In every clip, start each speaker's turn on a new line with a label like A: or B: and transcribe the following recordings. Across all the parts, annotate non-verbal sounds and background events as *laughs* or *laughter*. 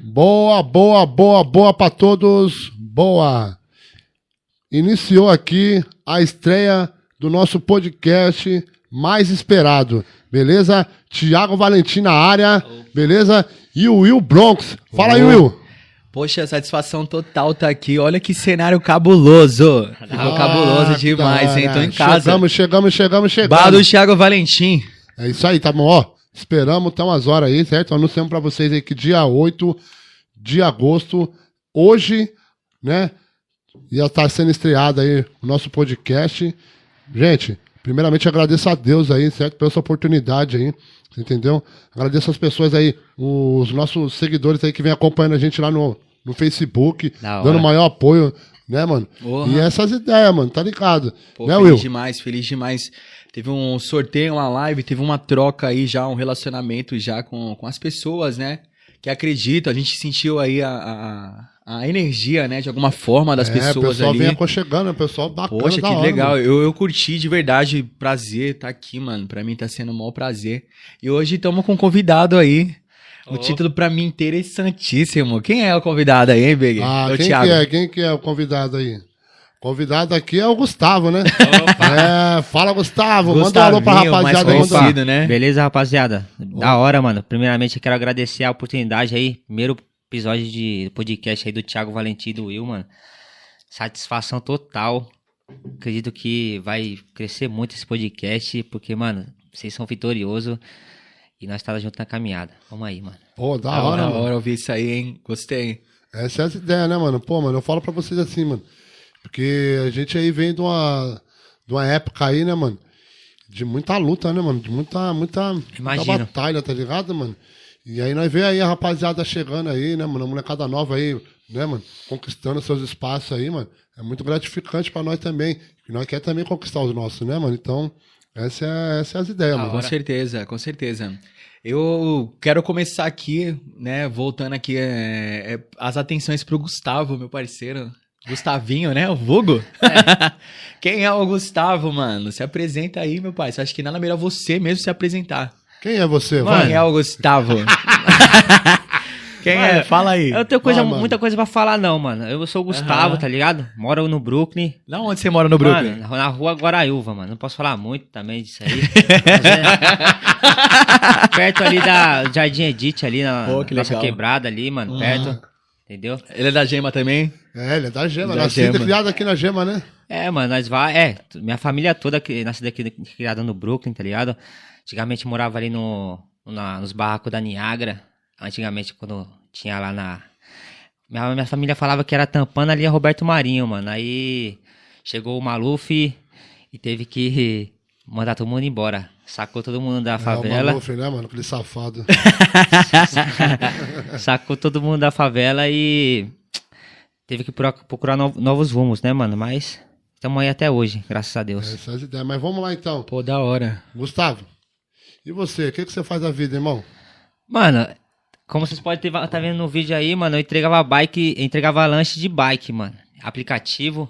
A: Boa, boa, boa, boa para todos. Boa. Iniciou aqui a estreia do nosso podcast mais esperado. Beleza? Tiago Valentim na área. Beleza? E o Will Bronx. Fala aí,
B: Ô.
A: Will.
B: Poxa, satisfação total tá aqui. Olha que
A: *laughs*
B: cenário cabuloso. Ficou
A: Ah,
B: cabuloso
A: que
B: demais,
A: da
B: hein? Tô
A: hora.
B: em casa.
A: Chegamos, chegamos, chegamos, chegamos.
B: Bar do Thiago Valentim.
A: É isso aí, tá bom? Ó, esperamos até umas horas aí, certo? Anunciamos pra vocês aí que dia 8 de agosto, hoje, né? Ia estar sendo estreado aí o nosso podcast. Gente, primeiramente agradeço a Deus aí, certo? Pela essa oportunidade aí, você entendeu? Agradeço as pessoas aí, os nossos seguidores aí que vem acompanhando a gente lá no, no Facebook,
B: Da
A: dando
B: hora.
A: maior apoio, né, mano?
B: Porra.
A: E essas ideias, mano, tá ligado?
B: Pô,
A: né,
B: feliz
A: Will?
B: demais, feliz demais. Teve um sorteio, uma live, teve uma troca aí já, um relacionamento já com, com as pessoas, né? Que acreditam, a gente sentiu aí a, a, a energia, né? De alguma forma das
A: É, o
B: pessoas
A: pessoal
B: ali.
A: vem aconchegando, é o pessoal bacana
B: Poxa,
A: da hora,
B: que
A: mano.
B: legal. Eu, eu curti de verdade. Prazer estar aqui, mano. Pra mim tá sendo um maior prazer. E hoje estamos com um convidado aí. Um
C: Ô.
B: título pra mim interessantíssimo. Quem é o convidado aí, hein, Big?
A: Ah,
B: é o
A: quem
B: Thiago.
A: que é? Quem que é o convidado aí? Convidado aqui é o Gustavo, né? É, fala Gustavo, manda um alô pra
B: Gustavinho, mais
A: rapaziada. aí,
B: conhecido.
A: Manda... um
B: Opa. né?
C: Beleza, rapaziada? Da hora, mano. Primeiramente, eu quero agradecer a oportunidade aí. Primeiro episódio de podcast aí do Thiago Valentim e do Will, mano. Satisfação total. Acredito que vai crescer muito esse podcast, porque, mano, vocês são vitoriosos e nós estamos juntos na caminhada. Vamos aí, mano.
A: Pô, da
B: Da
A: hora,
B: hora,
A: mano.
B: hora ouvir isso aí, hein? Gostei.
A: Essa é as ideias, né, mano? Pô, mano, eu falo pra vocês assim, mano. Porque a gente aí vem de uma, de uma época aí, né, mano? De muita luta, né, mano? De muita, muita, muita
C: Imagino.
A: batalha, tá ligado, mano? E aí nós vê aí a rapaziada chegando aí, né, mano? A molecada nova aí, né, mano? Conquistando seus espaços aí, mano. É muito gratificante pra nós também. E nós quer também conquistar os nossos, né, mano? Então, essa é, essa é as ideias,
B: Ah,
A: mano.
B: com certeza, com certeza. Eu quero começar aqui, né? Voltando aqui é, é, as atenções pro Gustavo, meu parceiro. Gustavinho, né? O Vugo. *laughs* Quem é o Gustavo, mano? Se apresenta aí, meu pai. Você acha que nada melhor você mesmo se apresentar.
A: Quem é você?
B: Quem é o
C: *laughs*
B: Gustavo? Quem é?
C: Mano,
B: Fala aí.
C: Eu não tenho coisa,
A: Vai, mano.
C: muita coisa pra falar, não, mano. Eu sou o Gustavo,
B: Aham.
C: tá ligado? Moro no Brooklyn.
B: Da onde você mora no Brooklyn?
C: Mano, na rua Guaraiúva, mano. Não posso falar muito também disso
B: *laughs*
C: aí. perto ali da Jardim Edith, ali na
B: Pô, que
C: nossa
B: legal. Uhum.
C: quebrada ali, mano. Perto. Entendeu?
B: Ele é da Gema também?
A: É, ele é da Gema.
B: Da
A: Nascido e
B: Gema.
A: criado aqui na Gema, né?
C: É, mano, nós vai. É, t- minha família toda cri- nascida aqui, criada no Brooklyn, tá ligado? Antigamente morava ali no, na- nos barracos da Niagara. Antigamente, quando tinha lá na. Minha, minha família falava que era tampando ali a Roberto Marinho, mano. Aí chegou o Maluf e teve que mandar todo mundo embora. Sacou todo mundo da
A: É o
C: favela.
A: Maluf, né, mano? Aquele safado.
C: *laughs* sacou todo mundo da favela e teve que pro- procurar no- novos rumos, né, mano? Mas estamos aí até hoje, graças a Deus.
A: É, Essas as ideias. Mas vamos lá então.
B: Pô, da hora.
A: Gustavo, e você? O que, que você faz da vida, irmão?
C: Mano, como vocês podem estar vendo no vídeo aí, mano, eu entregava bike, eu entregava lanche de bike, mano. Aplicativo.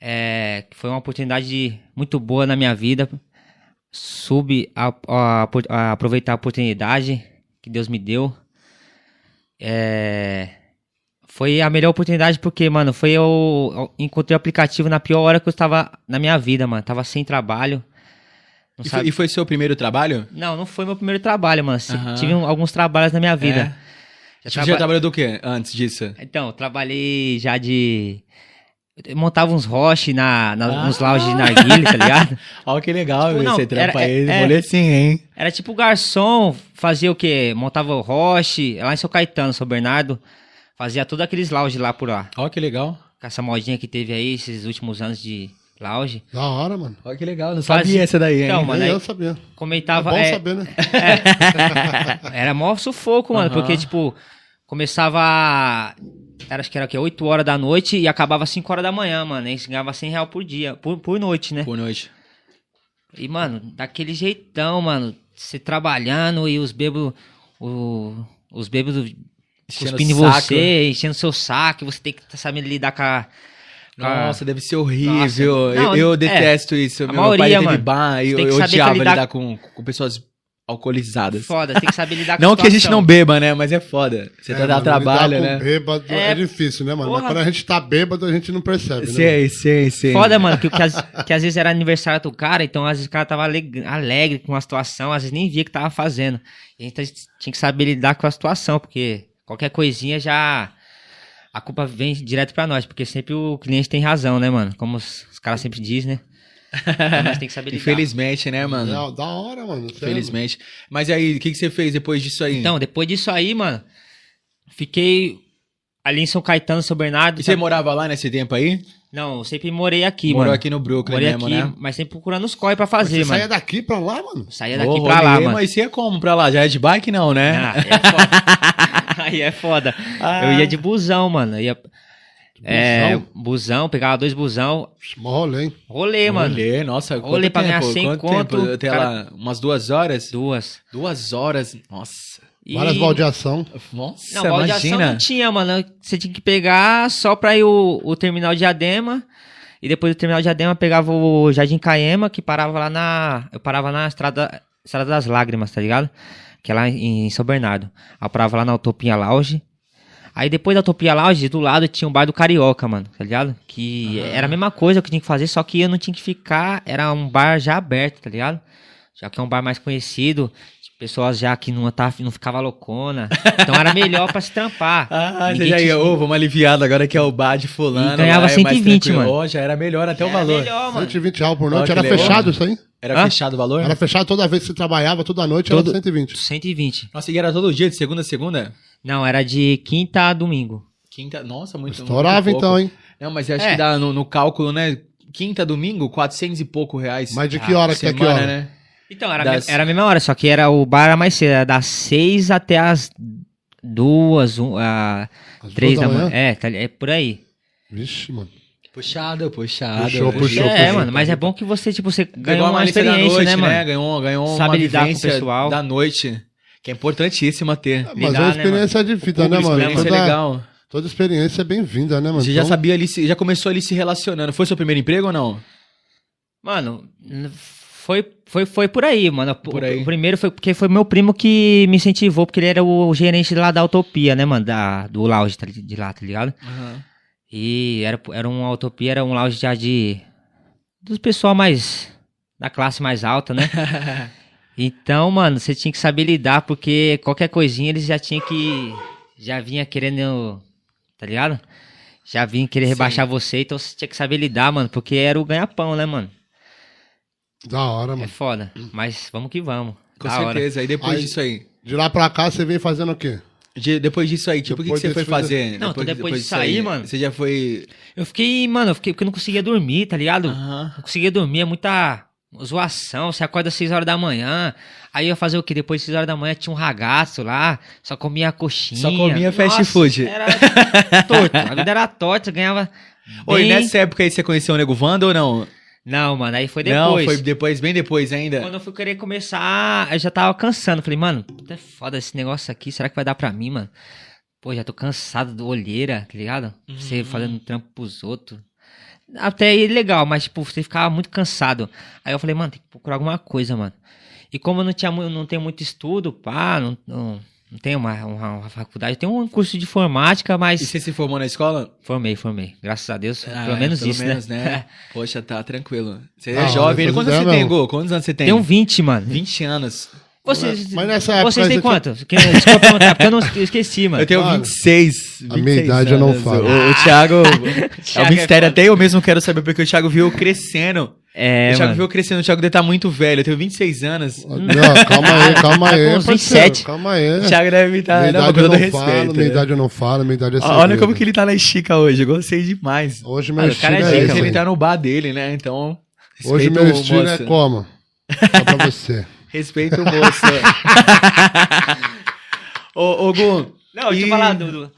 C: É, foi uma oportunidade muito boa na minha vida. Sub a- a- a- aproveitar a oportunidade que Deus me deu. É, foi a melhor oportunidade porque, mano, foi eu, eu encontrei o aplicativo na pior hora que eu estava na minha vida, mano. Tava sem trabalho. Não
B: E
C: sabe-
B: foi, e foi seu primeiro trabalho?
C: não, não foi meu primeiro trabalho, mano. Se-
B: Aham.
C: Tive um- alguns trabalhos na minha vida.
B: É?
C: Já
B: Tipo, Você já
C: traba-
B: trabalhou do quê antes disso?
C: Então, eu trabalhei já de. Eu montava uns roches na, na-
B: Ah.
C: nos lounges de narguilha, tá ligado?
B: Olha que legal,
C: Tipo,
B: viu?
C: não,
B: você trampa
C: era-
B: aí,
C: é-
B: é, sim, hein?
C: Era tipo garçom, fazia o quê? Montava o roche, lá em São Caetano, São Bernardo. Fazia todos aqueles lounges lá por lá.
B: Olha que legal.
C: Com essa modinha que teve aí, esses últimos anos de lounge.
A: Da hora, mano.
B: Olha que legal, não
C: Fazia-
B: sabia essa daí, hein?
C: Então, mano,
A: Nem
C: aí-
A: eu sabia.
C: Comentava.
A: é bom
C: é,
A: saber, né?
C: *laughs* Era mó sufoco, mano,
B: Aham.
C: porque, tipo, começava. Era, acho que era o quê? 8 horas da noite e acabava 5 horas da manhã, mano. E ganhava 100 reais por dia, por, por noite, né?
B: Boa noite.
C: E, mano, daquele jeitão, mano. Você trabalhando e os bêbados. o- Os bêbados cuspindo em
B: saco. né?
C: você, enchendo seu saco, e você tem que tá sabendo lidar com a. com a-
B: Nossa, deve ser horrível.
C: Nossa. Não,
B: eu, eu
C: é.
B: detesto isso.
C: A
B: Meu
C: maioria,
B: pai teve
C: mano.
B: bar e
C: Você
B: eu,
C: tem que
B: eu
C: saber
B: odiava
C: lidar-
B: lidar com, com pessoas alcoolizadas.
C: Foda, tem que
B: *laughs*
C: saber lidar com
B: Não que a gente não
C: situação.
B: beba, né? Mas é foda. Você
A: É,
B: tá dando
A: mano, lidar
B: trabalho,
A: com
B: né?
A: Bêbado é...
C: É.
A: difícil, né, mano? Mas
C: Porra.
A: quando a gente tá bêbado, a gente não percebe, né?
B: Sim, sim, sim.
C: Foda, mano, que, que, às, que às vezes era aniversário do cara, então às vezes o cara tava aleg- alegre com a situação, às vezes nem via o que tava fazendo. E Então a gente tinha que saber lidar com a situação, porque qualquer coisinha já. A culpa vem direto pra nós, porque sempre o cliente tem razão, né, mano? Como os, os caras sempre dizem, né? Então nós tem que
B: *laughs*
C: saber lidar.
B: Infelizmente, né, mano?
A: Não, da hora, mano. é sério.
B: Infelizmente. Mas e aí, o que, que você fez depois disso aí?
C: Então, depois disso aí, mano, fiquei ali em São Caetano, São Bernardo.
B: E você morava lá nesse tempo aí?
C: Não, eu sempre morei aqui,
B: Morou
C: mano.
B: aqui no Brooklyn
C: morei
B: mesmo,
C: aqui,
B: né?
C: mas sempre procurando os corre pra
A: Mas
C: fazer,
A: Você
C: mano.
A: saia daqui pra lá, mano?
C: Saía daqui
B: Ô,
C: pra lá,
B: rolê,
C: mano.
B: Mas você ia como pra lá? Já é de bike, não, né?
C: Ah, é foda. *laughs* Aí é foda.
B: Ah.
C: Eu ia de busão, mano. Eu ia, é,
A: Busão?
C: busão, pegava dois busão,
A: Mó rolê, hein?
C: rolê, mano.
B: Rolê, nossa,
C: Rolê
B: quanto
C: pra ganhar
B: tempo?
C: 100
B: quanto
C: conto,
B: tempo? Até
C: cara-
B: lá, umas duas horas?
C: Duas.
B: Duas horas, nossa.
C: E-
A: Várias baldeação.
B: Nossa,
C: Não, baldeação
B: imagina.
C: não tinha, mano. Você tinha que pegar só pra ir o, o terminal de Adema. E depois do terminal de Adema pegava o Jardim Caema, que parava lá na. Eu parava na estrada, estrada das Lágrimas, tá ligado? Que é lá em, em São Bernardo. Eu parava lá na Utopia Lounge. Aí depois da Utopia Lounge, do lado tinha um bar do Carioca, mano, tá ligado? Que era a mesma coisa que eu tinha que fazer, só que eu não tinha que ficar, era um bar já aberto, tá ligado? Já que é um bar mais conhecido, pessoas já que não, tá, não ficava loucona. Então era melhor pra se tampar.
B: *laughs* Ah, você
C: Ninguém
B: já
C: te-
B: ia, ô, vamos aliviado agora que é o bar de fulano.
C: E ganhava
B: lá é mais
C: 120,
B: tranquilo.
C: mano.
B: Ó, já era melhor até o
C: Era
B: um valor.
C: melhor, mano.
A: 120 reais por noite.
B: Olha
A: Era
B: que legal.
A: fechado isso aí?
B: Era
C: Hã?
B: fechado o valor?
A: Era fechado toda vez que você trabalhava, toda noite
C: Todo-
A: era 120.
C: 120.
B: Nossa, e era todo dia, de segunda a segunda?
C: Não, era de quinta a domingo.
B: Quinta, nossa, muito
A: Estourava
B: muito pouco.
A: então, hein?
B: Não, mas eu acho
C: É.
B: que dá no, no cálculo, né? Quinta, domingo, 400 e pouco reais.
A: Mas de
C: Ah,
A: que hora
B: por
A: que tá que
B: semana,
A: hora?
B: né?
C: Então, era,
B: Das-
C: me- era a mesma hora, só que era o bar era mais cedo, era das 6 até as duas, um, ah,
A: Às
C: três
A: duas
C: da manhã. É, tá, é por aí.
A: Vixe, mano.
B: Puxada, puxada.
A: Puxou,
B: hoje.
A: puxou,
C: é,
A: puxou.
C: mano, mas é bom que você, tipo, você
B: Pegou
C: ganhou uma
B: malícia da
C: experiência,
B: noite,
C: né, mano?
B: Ganhou, ganhou
C: Sabe
B: uma
C: lidar com o
B: vivência
C: pessoal.
B: da noite, que é importantíssima ter.
A: É,
C: Me
A: Mas
C: dá,
A: é uma
C: né,
A: experiência de vida, né,
B: Público,
A: mano?
B: experiência é
A: Toda,
B: legal.
A: toda experiência é bem-vinda, né, mano?
B: Você já
A: Então,
B: sabia ali, se- já começou ali se relacionando. Foi seu primeiro emprego ou não?
C: Mano, n- foi, foi, foi por aí, mano. O-
B: Por aí.
C: O primeiro foi porque foi meu primo que me incentivou, porque ele era o gerente lá da Utopia, né, mano? Da, do lounge tá li- de lá, tá ligado? E era, era uma Utopia, era um lounge já de. dos pessoal mais. da classe mais
B: *laughs*
C: alta, né? Então, mano, você tinha que saber lidar, porque qualquer coisinha eles já tinham que. Já vinha querendo. Tá ligado? Já vinha querer
B: Sim.
C: rebaixar você, então você tinha que saber lidar, mano, porque era o ganha-pão, né, mano?
A: Da hora,
C: É
A: mano.
C: foda. Mas vamos que vamos.
B: *laughs* Com
C: Da hora.
B: certeza. E depois
A: Aí-
B: disso aí?
A: De lá pra cá, você veio fazendo o quê?
B: De- depois disso aí, tipo, o que, que
A: Depois
B: você foi
A: desse foi-
B: fazer?
C: Não, então depois
B: disso
C: disso aí, mano.
B: Você já foi.
C: Eu fiquei, mano, eu fiquei porque eu não conseguia dormir, tá ligado?
B: Aham.
C: Não conseguia dormir, é muita zoação. Você acorda às 6 horas da manhã. Aí eu ia fazer o quê? Depois de 6 horas da manhã tinha um ragaço lá, só comia coxinha.
B: Só comia fast
C: Nossa,
B: food.
C: Era torto. A vida era torta, você ganhava.
B: Oi,
C: bem-
B: nessa época aí você conheceu o Nego Wanda ou não?
C: Não, mano, aí foi
B: Não,
C: depois.
B: foi depois, bem depois ainda.
C: Quando eu fui querer começar, eu já tava cansando. Falei, mano, puta é foda esse negócio aqui. Será que vai dar pra mim, mano? Pô, já tô cansado do olheira, tá ligado? Você
B: Uhum.
C: fazendo trampo pros outros. Até aí legal, mas, tipo, você ficava muito cansado. Aí eu falei, mano, tem que procurar alguma coisa, mano. E como eu não, tinha, mu- não tenho muito estudo, pá, não, não, não tenho uma, uma, uma faculdade. Eu tenho um curso de informática,
B: E
C: mas
B: você se formou na escola?
C: formei, formei. Graças a Deus,
B: Ah,
C: pelo menos
B: pelo
C: isso,
B: menos,
C: né? *laughs*
B: Poxa, tá tranquilo. Você
A: Da
B: é
A: hora,
B: jovem.
A: essas
B: Quantos anos você
A: ideias,
B: tem,
A: meu.
B: Gu? Quantos anos você tem?
C: Tenho 20, mano.
B: 20 anos.
C: Vocês,
A: Mas nessa época
C: vocês têm
A: você
C: quanto? Que- Desculpa perguntar, porque eu não eu esqueci, mano.
B: Eu tenho
A: Mano,
B: 26.
A: a minha idade eu
B: 26
A: não
B: anos.
A: falo.
B: O, o
C: *laughs*
B: Thiago. é um
C: Thiago
B: mistério.
C: é foda.
B: Até eu mesmo quero saber, porque o Thiago viu eu crescendo.
C: É,
B: o Thiago
C: mano.
B: viu eu crescendo. O Thiago deve tá muito velho. Eu tenho 26 anos.
A: Não, calma
B: *laughs*
A: aí, calma
B: Tá
A: aí.
C: Com uns
A: parceiro,
C: 27.
A: Calma aí.
B: O Thiago deve estar.
A: É. Minha
B: Tá, não,
A: idade
B: com
A: eu
B: todo
A: não falo,
B: respeito. né?
A: minha idade eu não falo, minha idade é
B: Olha
A: segredo.
B: como que ele tá na estica hoje. Eu gostei demais.
A: Hoje meu
C: Olha, o
A: estilo é,
C: cara é
B: Hoje
C: dica,
A: esse.
B: ele
A: mano.
B: tá no bar dele, né? Então.
A: Hoje
B: respeita
A: meu
B: o
A: estilo é
B: moço.
A: como? Só pra você.
B: Respeita o moço. *laughs* ô, ô, Gu.
C: Não, deixa
B: e-
C: eu falar, Dudu.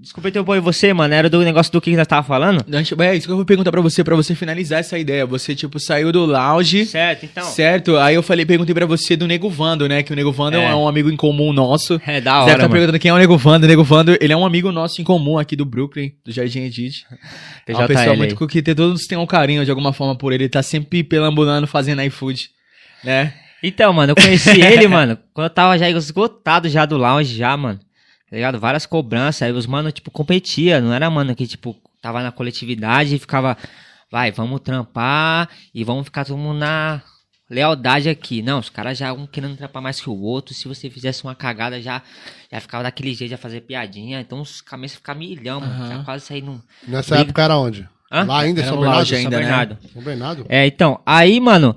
C: Desculpa interromper você, mano. Era do negócio do que nós tava falando?
B: Deixa- É isso que eu vou perguntar pra você, pra você finalizar essa ideia. Você, tipo, saiu do lounge.
C: Certo, então.
B: Certo? Aí eu falei, perguntei pra você do Nego Vando, né? Que o Nego Vando é,
C: É.
B: um amigo em comum nosso.
C: É da
B: Você
C: hora,
B: tá
C: mano.
B: perguntando quem é o Nego Vando. O Nego Vando, ele é um amigo nosso em comum aqui do Brooklyn, do Jardim Edith. É uma
C: PJL
B: pessoa
C: aí.
B: muito com que todos têm um carinho de alguma forma por ele. Ele tá sempre perambulando, fazendo iFood, né?
C: Então, mano, eu
B: *laughs*
C: conheci ele, mano, quando eu tava já esgotado já do lounge, já, mano. Tá ligado? Várias cobranças. Aí os mano, tipo, competia. Não era, mano, que, tipo, tava na coletividade e ficava. Vai, vamos trampar e vamos ficar todo mundo na lealdade aqui. Não, os caras já um querendo trampar mais que o outro. Se você fizesse uma cagada, já, já ficava daquele jeito, já fazer piadinha. Então os cabeças ficavam milhão, mano.
B: Aham.
C: Já quase saí num.
A: Nessa
C: Briga.
A: época era onde?
C: Hã?
A: Lá ainda, em
B: Era
A: São
B: no
A: Bernardo?
B: lounge
C: São
B: ainda, né?
C: Bernardo.
A: São Bernardo?
C: É, então, aí, mano,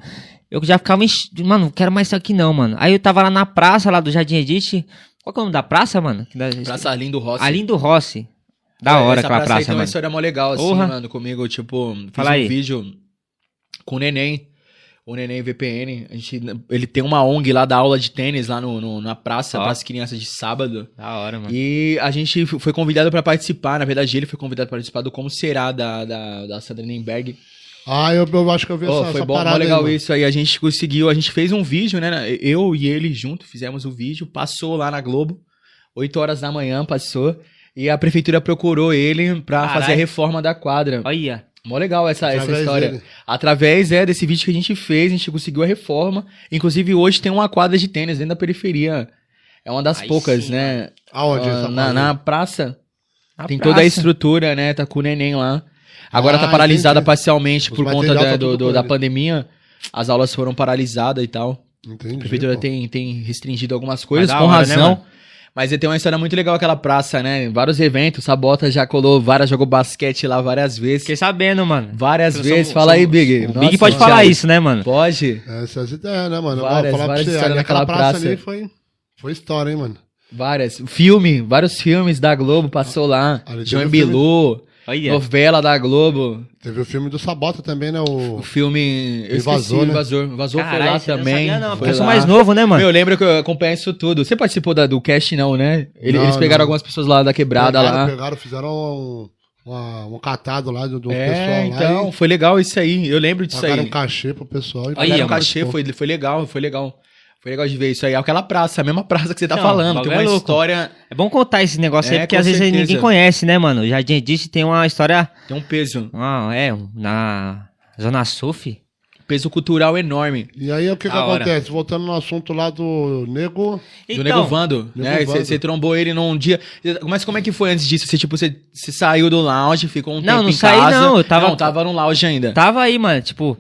C: eu já ficava, enx- mano, não quero mais isso aqui não, mano. Aí eu tava lá na praça, lá do Jardim Edith. Qual que é o nome da praça, mano? Que da-
B: Praça Arlindo Rossi.
C: Alindo Rossi. Da hora
B: Essa
C: aquela
B: aí
C: praça,
B: tem uma
C: mano.
B: história mó legal, assim,
C: Porra.
B: mano, comigo. Tipo, fiz
C: Fala
B: um
C: aí.
B: vídeo com o Neném. O Neném VPN. A gente, ele tem uma ONG lá da aula de tênis lá no, no- na praça,
C: Ó.
B: para as crianças de sábado.
C: Da hora, mano.
B: E a gente f- foi convidado pra participar. Na verdade, ele foi convidado pra participar do Como Será da, da, da Sandra Nenberg.
A: Ah, eu, eu acho que eu vi
B: Pô,
A: essa,
B: foi
A: essa
B: bom, mó
A: parada aí,
B: legal
A: mano.
B: isso aí. A gente conseguiu, a gente fez um vídeo, né? Eu e ele junto fizemos o vídeo, passou lá na Globo, 8 horas da manhã passou. E a prefeitura procurou ele pra
C: Caralho.
B: fazer a reforma da quadra.
C: Olha.
B: Mó legal essa, essa
A: Através
B: história.
A: dele.
B: Através é, desse vídeo que a gente fez, a gente conseguiu a reforma. Inclusive, hoje tem uma quadra de tênis dentro da periferia. É uma das
C: Aí
B: poucas,
C: sim,
B: né?
A: Aonde?
B: Ah,
A: essa
B: na,
A: parada?
B: na praça.
C: a
B: Tem
C: praça.
B: toda a estrutura, né? Tá com o neném lá. Agora
A: Ah,
B: tá paralisada
A: entendi.
B: parcialmente
A: Os
B: por conta
A: material
B: da,
A: tá
B: do-
A: tudo
B: do-
A: com
B: da
A: ele.
B: pandemia. As aulas foram paralisadas e tal.
A: Entendi.
B: A prefeitura
A: pô.
B: tem, tem restringido algumas coisas,
C: Mas da
B: com
C: hora, né,
B: razão.
C: mano?
B: mas ele tem uma história muito legal aquela praça, né? Vários eventos, Sabota já colou várias, jogou basquete lá várias vezes.
C: Fiquei sabendo, mano.
B: Várias
C: São-
B: vezes.
C: são-
B: Fala aí, Big.
C: O
B: Nossa,
C: Big pode
B: Thiago.
C: falar isso, né, mano?
B: Pode?
A: Essas ideias, né, mano?
B: Várias-
A: Ó, falar pra
B: várias
A: você,
B: histórias
A: naquela
B: naquela
A: praça,
B: praça.
A: ali foi, foi história, hein, mano?
B: Várias. Filme, vários filmes da Globo passou lá.
A: Ah, ele
B: João
A: teve um filme.
B: Bilu,
C: Olha.
B: novela da Globo.
A: Teve o filme do Sabota também, né?
B: O
A: O...
B: filme. Eu
A: Invasor,
B: esqueci,
A: né?
B: Invasor. Invasor foi lá
C: você
B: também.
C: Não sabia, não, porque
B: foi
C: eu sou
B: lá.
C: mais novo, né, mano?
B: Meu, eu lembro que eu acompanhei isso tudo. Você participou da- do cast, não, né? Ele-
A: Não,
B: eles pegaram
A: não.
B: algumas pessoas lá da quebrada
A: pegaram,
B: lá.
A: Pegaram, fizeram um, uma- um catado lá do, do
B: É,
A: pessoal
B: então,
A: lá.
B: foi legal isso aí. Eu lembro
A: E
B: disso
A: pagaram um
B: aí.
A: cachê pro pessoal. E
C: Aí,
B: Pagaram
A: pagaram
B: um
C: mano,
B: cachê, foi, foi legal, foi legal. Foi legal de ver isso aí. É Aquela praça, a mesma praça que você tá
C: Não,
B: falando.
C: o
B: Tem
C: bagulho
B: uma
C: é louco.
B: história,
C: É bom contar esse negócio
B: É,
C: aí, porque
B: com
C: às vezes
B: certeza.
C: ninguém conhece, né, mano? O Jardim Edith tem uma história.
B: tem um peso.
C: Ah, é, na Zona Sufi.
B: um Peso cultural enorme.
A: E aí, o que que
C: Da hora.
A: acontece? Voltando no assunto lá do nego...
B: do
C: então?
B: Nego Vando,
A: Nego
B: né?
A: Vando.
B: Você trombou ele num dia. Mas como é que foi antes disso? Você, tipo, você, você saiu do lounge, ficou um
C: Não,
B: tempo
C: não
B: em
C: saí,
B: casa.
C: não, eu tava-
B: Não, tava no lounge ainda.
C: Tava aí, mano, tipo.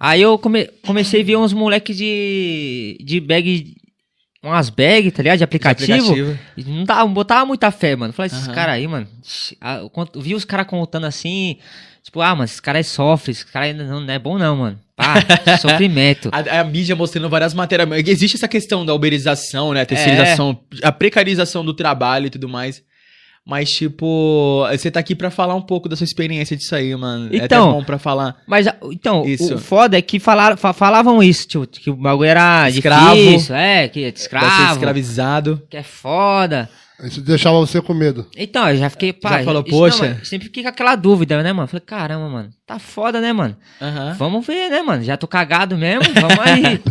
C: Aí eu come- comecei a ver uns moleques de. de bag. Umas bag, tá ligado? De aplicativo. E Não dava, não botava muita fé, mano. Falei, esses
B: Aham.
C: caras aí, mano. shh, ah, eu cont- eu vi os caras contando assim. Tipo, ah, mano, esses caras sofrem, esses caras ainda não, não é bom não, mano.
B: *laughs*
C: Pá, sofrimento.
B: A, a mídia mostrando várias matérias. É Existe essa questão da uberização,
C: É.
B: né? A terceirização, a precarização do trabalho e tudo mais. Mas, tipo, você tá aqui pra falar um pouco da sua experiência disso aí, mano. é até
C: Então-
B: bom pra falar.
C: Mas, ah, então,
B: Isso.
C: o foda é que falaram, fa- falavam isso, tipo, que o bagulho era
B: Escravo.
C: difícil. É, que é
B: Vai
C: de
B: ser
C: escravo,
B: escravizado.
C: que é foda.
A: Isso deixava você com medo.
C: Então, eu já fiquei, pá,
B: falou,
C: isso não,
B: "Poxa."
C: mano, sempre fiquei com aquela dúvida, né, mano? Falei, caramba, mano, tá foda, né, mano?
B: Aham.
C: Vamos ver, né, mano? Já tô cagado mesmo, vamos
B: *laughs*
C: aí.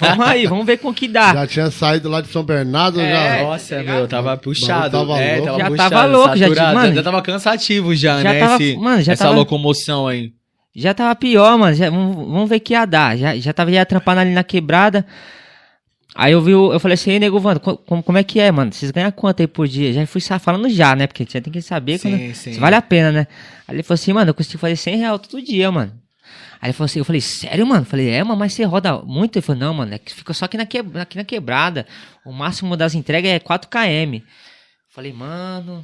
C: vamos aí, vamos ver com que
B: Ah.
C: dá.
A: Já tinha saído lá de São Bernardo,
C: É,
A: já...
B: Nossa,
C: tá ligado?
B: meu, eu tava puxado.
A: tava
B: é,
A: louco.
B: tava
C: Já
B: puxado,
C: tava louco, já tinha-
B: saturado,
C: mano,
B: já tava cansativo já,
C: já
B: né?
C: tava-
B: esse-
C: mano, já
B: essa
C: tava-
B: locomoção aí.
C: Já tava pior, mano, já- vamos, vamos ver que ia dar. Já, já tava já trampando ali na quebrada. Aí eu vi, o- eu falei assim, ei, nego, mano, co- como, como é que é, mano? Vocês ganham quanto aí por dia? Já fui sa- falando já, né? Porque já tem que saber quando-
B: sim.
C: Se vale a pena, né? Aí ele falou assim, mano, eu consigo fazer 100 reais todo dia, mano. Aí ele falou assim, eu falei, sério, mano? Eu falei, é, mano, mas você roda muito? Ele falou, não, mano, é que fica só aqui na, que- aqui na quebrada. O máximo das entregas é 4km. Eu falei, mano,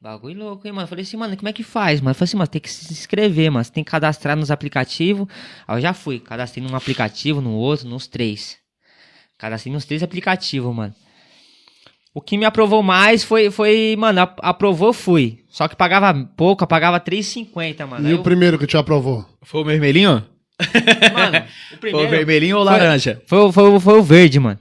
C: bagulho louco, hein, mano? Eu falei assim, mano, como é que faz, mano? Eu falei assim, mano, tem que se inscrever, mano. Você tem que cadastrar nos aplicativos. Aí eu já fui, cadastrei num aplicativo, no outro, nos três. Cadastrei nos três aplicativos, mano. O que me aprovou mais foi, foi mano, a- aprovou, eu fui. Só que pagava pouco, eu pagava 3,50, mano.
A: E
C: Aí
A: o primeiro que te aprovou?
B: Foi o vermelhinho?
C: eu,
A: *laughs*
C: mano, o
B: Foi o
C: primeiro
B: vermelhinho ou laranja?
C: foi, o- foi o- foi o verde, mano.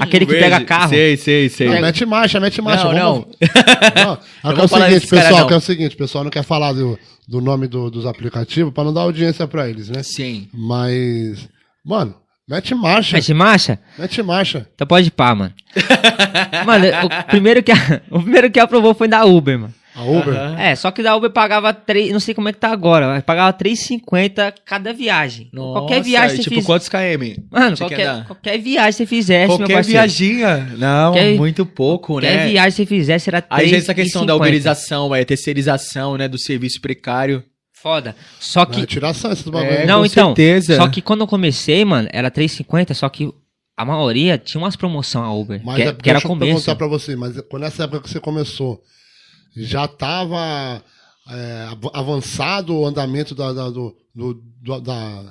C: Aquele que
B: Hum, Verde.
C: pega carro.
B: Sei, sei, sei.
A: Não, mete marcha, mete marcha.
B: Não,
A: vamos-
B: não.
A: *laughs* Não,
B: Eu
A: é, que é
B: vou
A: o
B: falar
A: seguinte,
B: desse cara,
A: pessoal,
B: não.
A: que é o seguinte, o pessoal não quer falar do, do nome do- dos aplicativos pra não dar audiência pra eles, né?
B: *laughs* Sim.
A: Mas, mano, mete marcha,
C: Mete marcha?
A: mete marcha. *laughs*
C: *laughs* Então pode ir pá, mano. mano, o primeiro, que, o primeiro que aprovou foi da Uber, mano.
A: A Uber?
B: Aham.
C: É, só que da Uber pagava 3, não sei como é que tá agora, mas pagava 3,50 cada viagem. qualquer
B: Nossa,
C: viagem
B: e
C: que você
B: tipo,
C: fizer.
B: quantos KM?
C: Mano,
B: você quer
C: qualquer,
B: dar?
C: qualquer viagem que você fizesse, meu
B: Qualquer
C: parceiro.
B: viaginha. Não,
C: Qualquer-
B: muito pouco,
C: qualquer
B: né?
C: viagem que você fizesse era 3,50.
B: Aí já essa questão da uberização, é terceirização, né, do serviço precário.
C: Foda. Só que
A: Vai né, tirar essa- esses bagulho. aí.
C: não,
B: é, com
C: então,
B: certeza.
C: Só que quando eu comecei, mano, era 3,50, só que a maioria tinha umas promoção a Uber.
A: Mas
C: que,
A: é,
C: que era
A: deixa eu perguntar
C: começo.
A: pra você, mas quando essa época que você começou, já tava é, av- avançado o andamento da, da- do, do, do- da-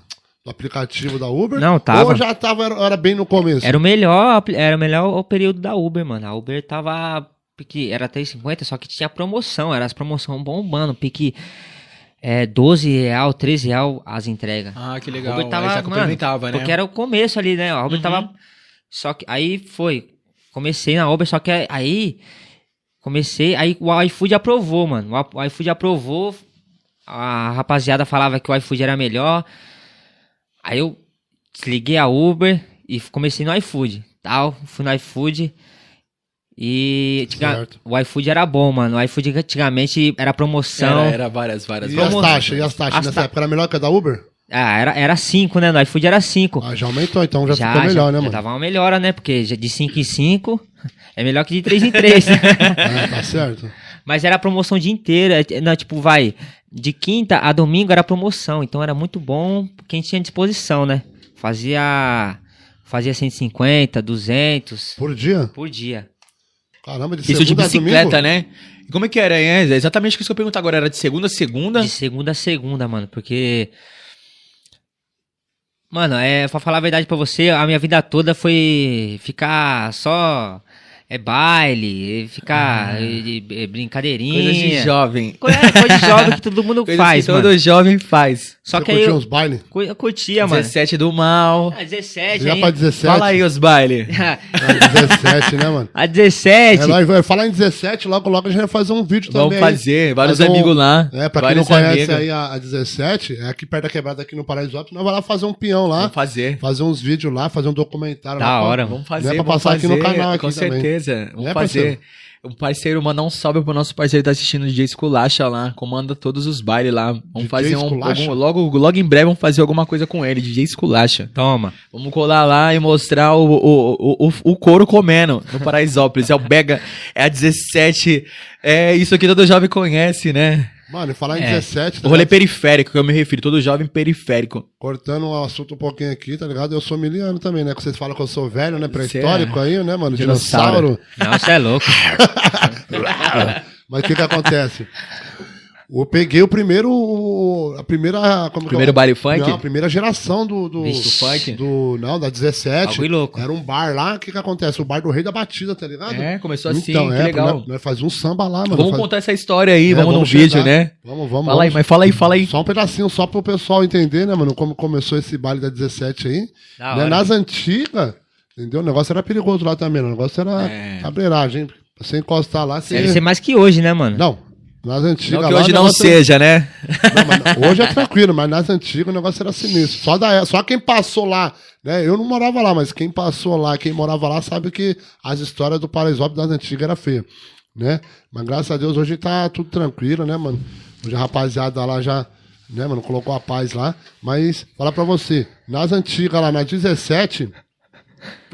A: do aplicativo da Uber?
C: Não, tava.
A: Ou já tava, era, era bem no começo?
C: Era o melhor, era o melhor o período da Uber, mano. A Uber tava. Pique, era 3,50, só que tinha promoção, era as promoções bombando, pique é, 12 real, 13 real as entregas.
B: Ah, que legal.
C: A Uber tava,
B: Aí já complementava, né?
C: Porque era o começo ali, né? A Uber
B: Uhum.
C: tava. Só que aí foi. Comecei na Uber, só que aí. Comecei. Aí o iFood aprovou, mano. O a- O iFood aprovou. A rapaziada falava que o iFood era melhor. Aí eu desliguei a Uber e f- comecei no iFood. Tal, fui no iFood. E antiga-
A: Certo.
C: o iFood era bom, mano. O iFood antigamente era promoção.
B: Era, era várias, várias.
A: E
B: várias.
A: as taxas? E as taxas
C: As
A: nessa
C: ta-
A: época? Era melhor que a da Uber?
C: Ah, era 5, era cinco, né? No iFood era 5.
A: Ah, já aumentou, então já, ficou melhor, né,
C: já
A: mano?
C: Tava uma melhora, né? Porque já de 5 em 5 é melhor que de 3 em 3.
A: É, tá certo.
C: *laughs* Mas era promoção o dia inteiro. é, Não, tipo, vai. De quinta a domingo era promoção. Então era muito bom quem tinha disposição, né? Fazia. Fazia 150, 200
A: Por dia?
C: por dia.
A: Caramba, de segunda
B: Isso de
A: a domingo?
B: bicicleta, né? E Como é que era, hein? É Exatamente isso que eu pergunto agora. Era de segunda a segunda?
C: De segunda a segunda, mano. Porque. Mano, é, pra falar a verdade pra você, a minha vida toda foi ficar só. É baile, é ficar. é- é- é brincadeirinha.
B: Coisas de jovem.
C: Co- é, coisa de jovem que todo mundo
B: Coisas
C: faz,
B: que
C: mano.
B: todo jovem faz.
C: Só
A: Você
C: que aí
A: curtia
C: eu,
A: uns bailes?
C: cu- eu curtia, mano.
B: 17 do mal.
C: A 17,
A: Já pra
C: hein? *laughs*
A: 17?
B: Fala aí os bailes.
A: É, 17, né,
C: *laughs*
A: mano?
C: A 17.
A: É, nós vai falar em 17, logo logo a gente vai fazer um vídeo
B: Vamos
A: também.
B: fazer. Vários
A: Fazer um-
B: amigos lá.
A: É, pra quem
B: vários
A: não conhece
B: amigos.
A: aí a, a 17, é aqui perto da quebrada aqui no Paraisópolis, nós vamos lá fazer um peão lá,
B: Vamos fazer.
A: fazer uns vídeos lá, fazer um documentário
C: Da
A: lá. pra-
C: hora, mano.
B: Vamos fazer.
A: Não é pra
B: vamos
A: passar aqui
B: fazer,
A: no canal aqui
B: Com
A: também.
B: certeza.
A: Não
B: Vamos
A: é,
B: fazer.
A: parceiro?
B: O parceiro, mandar um salve pro nosso parceiro que tá assistindo o DJ Esculacha lá. Comanda todos os bailes lá.
A: DJ
B: Vamos fazer um.
A: Esculacha?
B: algum- logo, logo em breve vamos fazer alguma coisa com ele, DJ Esculacha.
C: Toma.
B: Vamos colar lá e mostrar o, o, o, o, o couro comendo no Paraisópolis. É o Bega, é a 17. É isso aqui todo jovem conhece, né?
A: Mano, e falar em
C: É.
A: 17, tá
B: O rolê
A: ligado?
B: periférico que eu me refiro, todo jovem periférico.
A: cortando o assunto um pouquinho aqui, tá ligado? Eu sou miliano também, né? Que vocês falam que eu sou velho, né? Pré-histórico aí, né, mano?
B: é
A: Dinossauro.
B: Dinossauro.
C: Não, você é louco.
A: Mas o que que
B: *laughs*
A: acontece? Eu peguei o primeiro. o- A primeira. Como
B: Primeiro
A: que é?
B: baile funk?
A: Não, a primeira geração do. do
C: Vixe.
A: do
B: funk?
A: do- não, da 17.
C: Bagulho louco.
A: Era um bar lá, o que que acontece? O bar do Rei da Batida, tá ligado?
B: É, começou assim,
A: então,
B: que
A: é,
B: legal.
A: Nós, nós fazia um samba lá, mano.
B: vamos
A: Faz-
B: contar essa história aí,
A: É,
B: vamos,
A: vamos
B: num vídeo,
A: chegar.
B: né?
A: Vamos, vamos.
B: Fala aí,
A: vamos.
B: mas fala aí, fala aí.
A: Só um pedacinho, só pro pessoal entender, né, mano? Como começou esse baile da 17 aí.
C: Da
A: Né,
C: hora.
A: Nas antigas, entendeu? O negócio era perigoso lá também. O negócio era
B: É.
A: cabreiragem. hein? Pra você encostar lá, você.
C: Deve ser mais que hoje, né, mano?
A: Não. Nas antigas.
B: Não que
A: lá,
B: hoje
A: o
B: não
A: negócio-
B: seja, né?
A: Não, mas hoje é tranquilo, mas nas antigas o negócio era sinistro. Só, da, só quem passou lá, né? Eu não morava lá, mas quem passou lá, quem morava lá, sabe que as histórias do Paraisópolis das antigas era feia, né? Mas graças a Deus hoje tá tudo tranquilo, né, mano? Hoje a rapaziada lá já, né, mano, colocou a paz lá. Mas, falar pra você, nas antigas lá, na 17,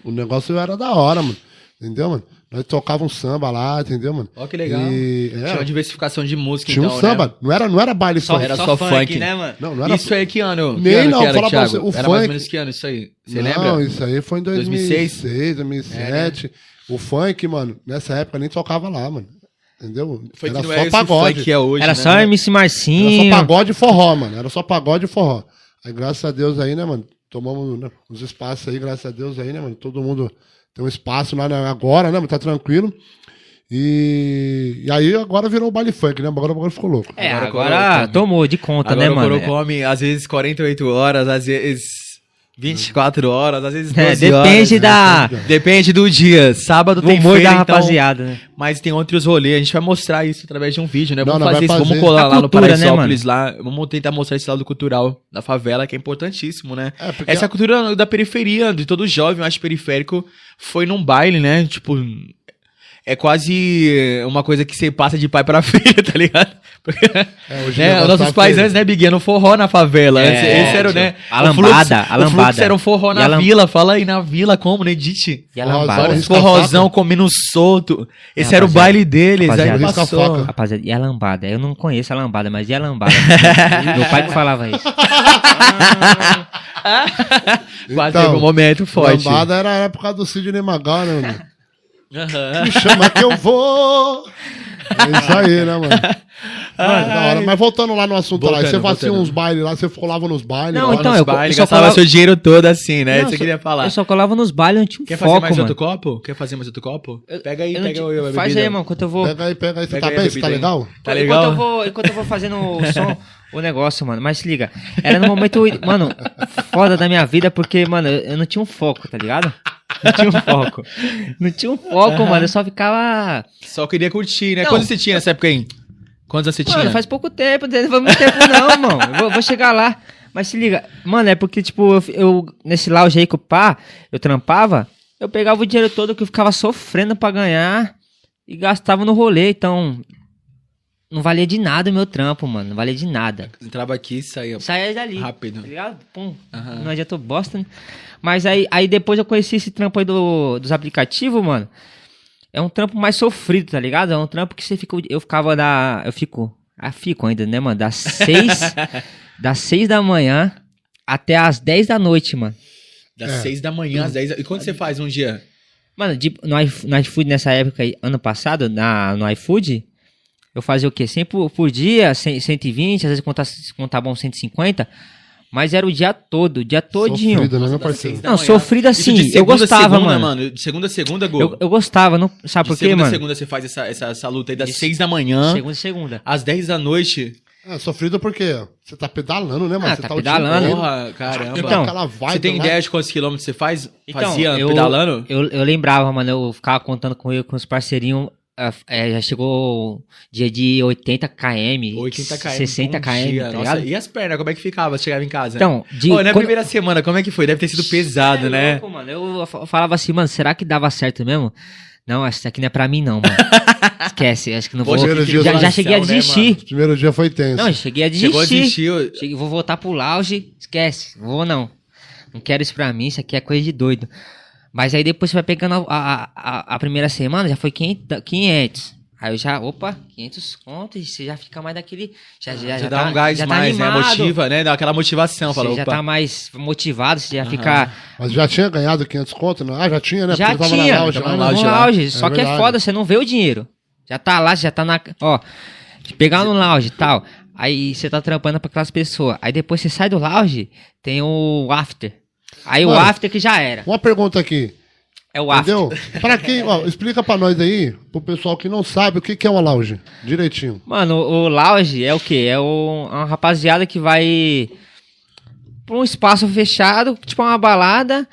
A: o negócio era da hora, mano. Entendeu, mano? Nós tocava um samba lá, entendeu, mano?
B: Ó, que legal.
A: E,
B: Tinha uma
A: é,
B: diversificação de música,
A: tinha um
B: então,
A: samba.
B: né?
A: Não, era, não era baile
C: Só,
A: funk.
B: era
C: só,
B: só
C: funk,
B: funk.
C: né, mano?
A: Não, não era
B: Isso aí que ano?
A: Nem
B: que ano
A: não,
B: que era,
A: fala pra
B: Thiago?
A: você, o
B: Era mais ou
A: funk-
B: menos que ano isso aí? Você
A: não,
B: lembra?
A: isso aí foi em 2006, 2007.
B: É, né?
A: O funk, mano, nessa época nem tocava lá, mano. Entendeu?
B: Foi
A: era
B: que não
A: só
B: é esse funk
A: pagode.
B: que é hoje,
C: Era
B: né?
C: só MC
A: Era só
C: Marcinho.
A: pagode e forró, mano. Era só pagode e forró. Aí, graças a Deus aí, né, mano? Tomamos né, uns espaços aí, graças a Deus aí, né, mano? Todo mundo tem um espaço lá né, agora, né, mano? Tá tranquilo. E, e aí agora virou o baile funk, né? Agora o bagulho ficou louco.
C: É,
B: Agora
C: agora,
B: colocou, né?
C: tomou de conta,
B: Agora
C: né,
B: o coro
C: mano?
B: come, às vezes 48 horas, às vezes 24 horas, às vezes 12
C: É,
B: horas.
C: depende da.
B: Depende do dia. Sábado
C: Do
B: tem
C: humor
B: feira,
C: da
B: então,
C: rapaziada, né?
B: mas tem outros rolês. A gente vai mostrar isso através de um vídeo, né?
A: Não,
B: Vamos
A: não, vai
B: fazer isso, vamos
A: fazer.
B: colar
C: A
B: lá no
C: cultura, né,
B: Paraisópolis, lá. Vamos tentar mostrar esse lado cultural da favela, que é importantíssimo, né?
A: É, porque
B: Essa cultura da periferia, de todo jovem, eu acho periférico, foi num baile, né? Tipo, é quase uma coisa que você passa de pai pra *laughs* filho, tá ligado? Porque,
A: É,
B: né,
A: o
B: os nossos pais antes, né, Biguinha, no forró na favela. antes,
C: É,
B: eles eram, né?
C: A
B: o fluxo-
C: lambada, a
B: o fluxo
C: lambada.
B: era um forró
C: E
B: na
C: a Ah, lam-
B: vila. Fala aí, na vila, como, né, Dite?
C: E a
A: Olha,
C: lambada.
A: olha
B: Vários
A: Risca a
B: forrozão
A: faca.
B: comendo solto. Esse
C: É,
B: era o
C: rapaziada.
B: baile deles, aí
C: Rapaziada.
A: Risca a
B: passou.
A: faca.
C: Rapaziada, e a lambada? Eu não conheço a lambada, mas e a *laughs* lambada? Meu pai que falava isso.
B: Quase
A: Então,
B: teve um momento forte.
A: Lambada era a época do Sidney Magal, né, mano?
B: Aham.
A: Me chama que eu vou! É isso aí,
B: *laughs*
A: né, mano? Mano, da hora. Mas voltando lá no assunto lá,
B: Voltando,
A: você fazia
B: voltando.
A: uns bailes lá, você colava nos bailes.
C: Não,
A: lá,
C: então,
A: né?
B: Nos
C: eu-
B: bailes,
C: eu só
B: gastava
C: falava-
B: seu dinheiro todo assim, né?
C: Não,
B: Você
C: eu
B: queria
C: só-
B: falar.
C: Eu só colava nos bailes, eu não tinha um
B: Quer fazer
C: foco,
B: mais
C: mano.
B: outro copo? Quer fazer mais outro copo? Pega aí,
C: Eu não
B: pega
C: tinha-
B: eu, a
C: Faz
B: bebida.
C: aí, mano, enquanto eu vou...
A: Pega aí, pega aí. Você
B: Pega
A: tá
B: aí a
A: bem? Você tá
B: bebida aí.
A: legal?
B: Tá
C: Enquanto eu
B: legal?
C: vou, enquanto eu vou fazendo o som, o negócio, mano. Mas se liga, era no momento, mano, foda da minha vida, porque, mano, eu não tinha um foco, tá ligado? Não tinha um foco. Não tinha um foco, mano. Eu só ficava.
B: Só queria curtir, né?
C: Não.
B: Quantos você tinha nessa época aí? Quantos você tinha?
C: Mano, faz pouco tempo, não faz muito tempo
B: *laughs*
C: não, mano. Eu Vou, vou chegar lá. Mas se liga, mano, é porque, tipo, eu, eu- nesse lounge aí que o pá, eu trampava, eu pegava o dinheiro todo que eu ficava sofrendo pra ganhar e gastava no rolê, então. Não valia de nada o meu trampo, mano. Não valia de nada.
B: Entrava aqui e saía
C: Saia dali. Tá
B: rápido.
C: ligado? Pum.
B: Aham.
C: Não adiantou bosta, né? Mas aí, aí depois eu conheci esse trampo aí do, dos aplicativos, mano. É um trampo mais sofrido, tá ligado? É um trampo que você fica. Eu ficava da. Eu fico. Ah, fico ainda, né, mano?
B: *laughs*
C: Das seis. das seis da manhã até as dez da noite, mano.
B: Das
A: É.
B: seis da manhã às dez. da- E quando você faz um dia?
C: Mano, de- no, iFo- no iFood nessa época aí, ano passado, na, no iFood, eu fazia o quê? 100 por, por dia, 100, 120, às vezes contar, contar tá bom 150, mas era o dia todo, o dia todinho.
A: Sofrido, né, meu
B: Das seis
A: parceiro?
B: da
C: Não,
B: manhã.
C: sofrido
B: Isso
C: assim,
B: Tipo, de
C: eu
B: segunda a
C: gostava,
B: segunda,
C: mano.
B: De segunda a segunda, Gol.
C: Eu, eu gostava, não, sabe
B: De
C: por quê,
B: segunda a
C: mano?
B: segunda você faz essa, essa, essa luta aí das
C: De-
B: seis da manhã
C: Segunda, segunda.
B: às dez da noite.
A: É, sofrido porque você tá pedalando, né, mano?
C: tá- Ah,
A: Você
C: tá
A: o dia
C: pedalando.
A: inteiro,
B: Porra, caramba.
C: Então,
A: aquela vibe né?
B: você tem
A: lá.
B: ideia de quantos quilômetros você faz?
C: Então,
B: Fazia
C: eu-
B: pedalando?
C: Eu, eu lembrava, mano, eu ficava contando com, eu, com os parceirinhos, ah, é, já chegou dia de 80 km,
B: 80 km.
C: 60
B: bom
C: km,
B: dia.
C: tá
B: Nossa,
C: ligado?
B: E as pernas, como é que ficava? Você chegava em casa?
C: Então, de...
B: Pô, na
C: quando-
B: primeira semana, como é que foi? Deve ter sido pesado,
C: É
B: né?
C: louco, mano. Eu fa- falava assim, mano, será que dava certo mesmo? Não, isso aqui não é pra mim
B: *laughs*
C: não, mano. Esquece, acho que não vou.
A: Hoje era dia
C: Já,
A: do
C: já cheguei a
B: céu, né,
C: desistir.
A: O primeiro dia foi tenso.
C: não, eu cheguei a desistir.
B: Chegou a desistir. eu-
C: Cheguei- vou voltar pro lounge, esquece, não vou não. Não quero isso pra mim, isso aqui é coisa de doido. Mas aí depois você vai pegando a, a, a- a primeira semana, já foi 500. 500. Aí eu já, opa, 500 conto, e você já fica mais daquele. Já, já,
B: Já,
C: já
B: dá
C: tá-
B: um gás
C: já tá
B: mais, né?
C: animado,
B: Motiva, né? Dá aquela motivação. Fala,
C: Você já
B: opa.
C: tá mais motivado, você já fica.
A: Mas já tinha ganhado 500 conto? Não? Ah, já tinha, né?
C: Já
A: Porque eu tava
C: tinha,
A: Na lounge,
B: tava
A: lá,
B: na
A: né?
B: lounge.
C: no
B: lá.
C: lounge.
A: É
C: só que é
A: verdade.
C: foda, você não vê o dinheiro. Já tá lá, já tá na. Ó, te pegar no lounge e tal. Aí você tá trampando pra aquelas pessoas. Aí depois você sai do lounge, tem o after. Aí o
A: Mano.
C: after que já era.
A: Uma pergunta aqui,
C: É o after.
A: entendeu? Pra quem, ó, explica pra nós aí, pro pessoal que não sabe, o que, que é uma lounge, direitinho.
C: Mano, o lounge é o quê? É o, é uma rapaziada que vai pra um espaço fechado, tipo uma balada,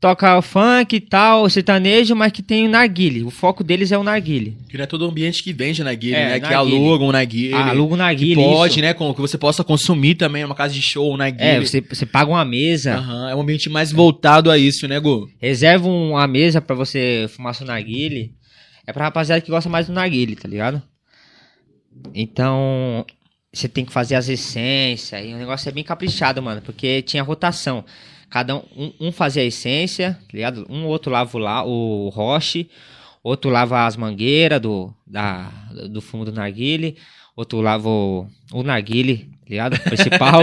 C: toca o funk e tal, sertanejo, mas que tem o narguile. O foco deles é o narguile.
B: Que não é todo ambiente que vende na guia,
C: É,
B: né?
C: na
B: Que
C: guilha.
B: alugam na guia.
C: Ah, aluga o narguile.
B: Pode,
C: isso.
B: né? Com, que você possa consumir também, uma casa de show na guia.
C: É, você, você paga uma mesa,
B: Aham, é um ambiente mais voltado a isso, né, Gu?
C: reserva uma mesa pra você fumar seu narguile. É pra rapaziada que gosta mais do narguile, tá ligado? Então, você tem que fazer as essências. E o negócio é bem caprichado, mano, porque tinha rotação. Cada um, um, um fazia a essência, tá ligado? Um outro lava o, la, o roche, outro lava as mangueiras do, da, do fumo do narguile, outro lava o, o narguile, tá ligado? O
A: *laughs*
C: principal.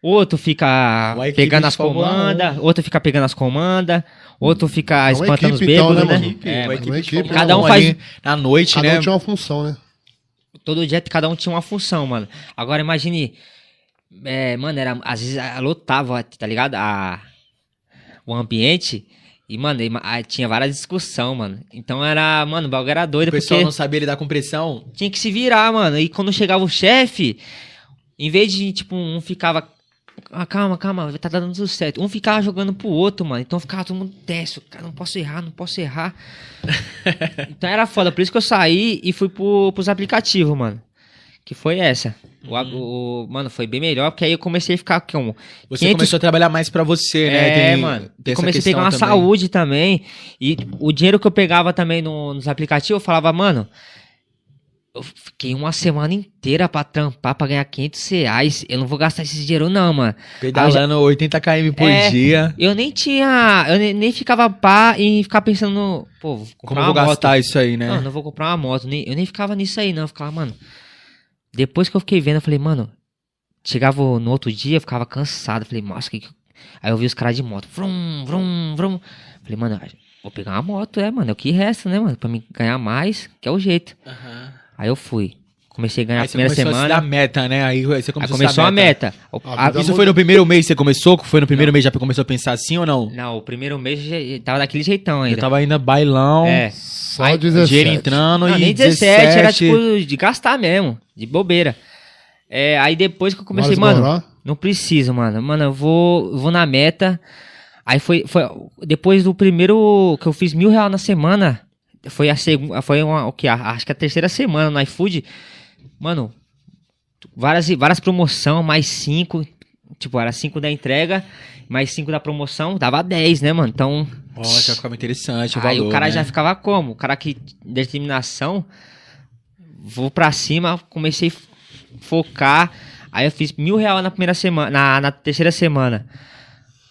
C: outro fica
B: Uma equipe
C: pegando
B: de
C: as
A: um.
B: Fórmula
C: comandas, outro fica pegando as comandas, outro fica
A: É uma
C: espantando os
A: equipe, então,
C: bêbados,
A: né,
C: né?
A: mano?
C: É,
B: uma
A: mano,
B: equipe
A: uma
B: de
A: equipe.
B: Fórmula
C: Cada um
B: 1
C: faz-
B: ali, na noite,
A: Cada
B: né?
A: um tinha uma função, né?
C: todo dia cada um tinha uma função, mano. Agora imagine. é, mano, era, às vezes a- lotava, tá ligado? A, o ambiente. E, mano, e ma- ah, tinha várias discussão, mano. Então era, mano, o bagulho era
B: O
C: doido,
B: pessoal
C: porque
B: não sabia lidar com pressão.
C: tinha que se virar, mano. E quando chegava o chefe, em vez de, tipo, um ficava. Ah, calma, calma, tá dando tudo certo. Um ficava jogando pro outro, mano. Então ficava todo mundo tenso. Cara, não posso errar, não posso errar. então era foda. Por isso que eu saí e fui pro, pros aplicativos, mano. Que foi essa. O ag- o- mano, foi bem melhor, porque aí eu comecei a ficar com.
B: Você
C: 500
B: começou a trabalhar mais pra você, né?
C: É,
B: Tem-
C: mano.
B: tem essa
C: comecei a pegar uma
B: questão também.
C: saúde também. E tipo, o dinheiro que eu pegava também no- nos aplicativos, eu falava, mano, eu fiquei uma semana inteira pra trampar, pra ganhar 500 reais. Eu não vou gastar esse dinheiro, não, mano.
B: Pedalando 80 km por
C: Ah, É.
B: dia.
C: Eu nem tinha. Eu nem, nem ficava pá e ficava pensando no. Pô, vou comprar
B: Como eu vou
C: uma moto.
B: gastar isso aí, né?
C: Não, não vou comprar uma moto. nem- eu nem ficava nisso aí, não. Eu ficava, mano. Depois que eu fiquei vendo, eu falei, mano. Chegava no outro dia, eu ficava cansado. Eu Falei, nossa, que. que- Aí eu vi os caras de moto. Vrum, vrum, vrum. Eu Falei, mano, ah, vou pegar uma moto, é, mano. É o que resta, né, mano? Pra mim ganhar mais, que é o jeito. Aí eu fui. Comecei a ganhar
B: Aí
C: a
B: você
C: primeira
B: começou a se dar
C: semana.
B: meta, né? Aí você começou,
C: Aí começou
B: a
C: a
B: se dar meta.
C: meta. O-
A: A
C: a-
A: vida
B: Isso foi no primeiro mês que você começou? Foi no primeiro mês já começou a pensar assim ou não?
C: Não, o primeiro mês eu já- eu tava daquele jeitão ainda.
B: Eu tava ainda bailão,
C: É.
A: Só
C: Aí,
B: dinheiro
A: 17.
B: entrando
C: Não,
B: e
C: nem 17, era tipo de gastar mesmo, de bobeira. É, aí depois que eu comecei,
A: Vários
C: mano,
A: Goró.
C: não preciso, mano. Mano, eu vou, eu vou na meta. Aí foi, foi. Depois do primeiro que eu fiz mil real na semana. Foi a segunda. Foi uma. O que? Acho que a terceira semana no iFood. Mano, várias, várias promoções, mais cinco. Tipo, era cinco da entrega, mais cinco da promoção, dava 10, né, mano? Então.
B: Ó, já ficava interessante o
C: Aí
B: valor,
C: o cara
B: né?
C: já ficava como? O cara que determinação, vou pra cima, comecei a focar. Aí eu fiz mil real na primeira semana, na, na terceira semana.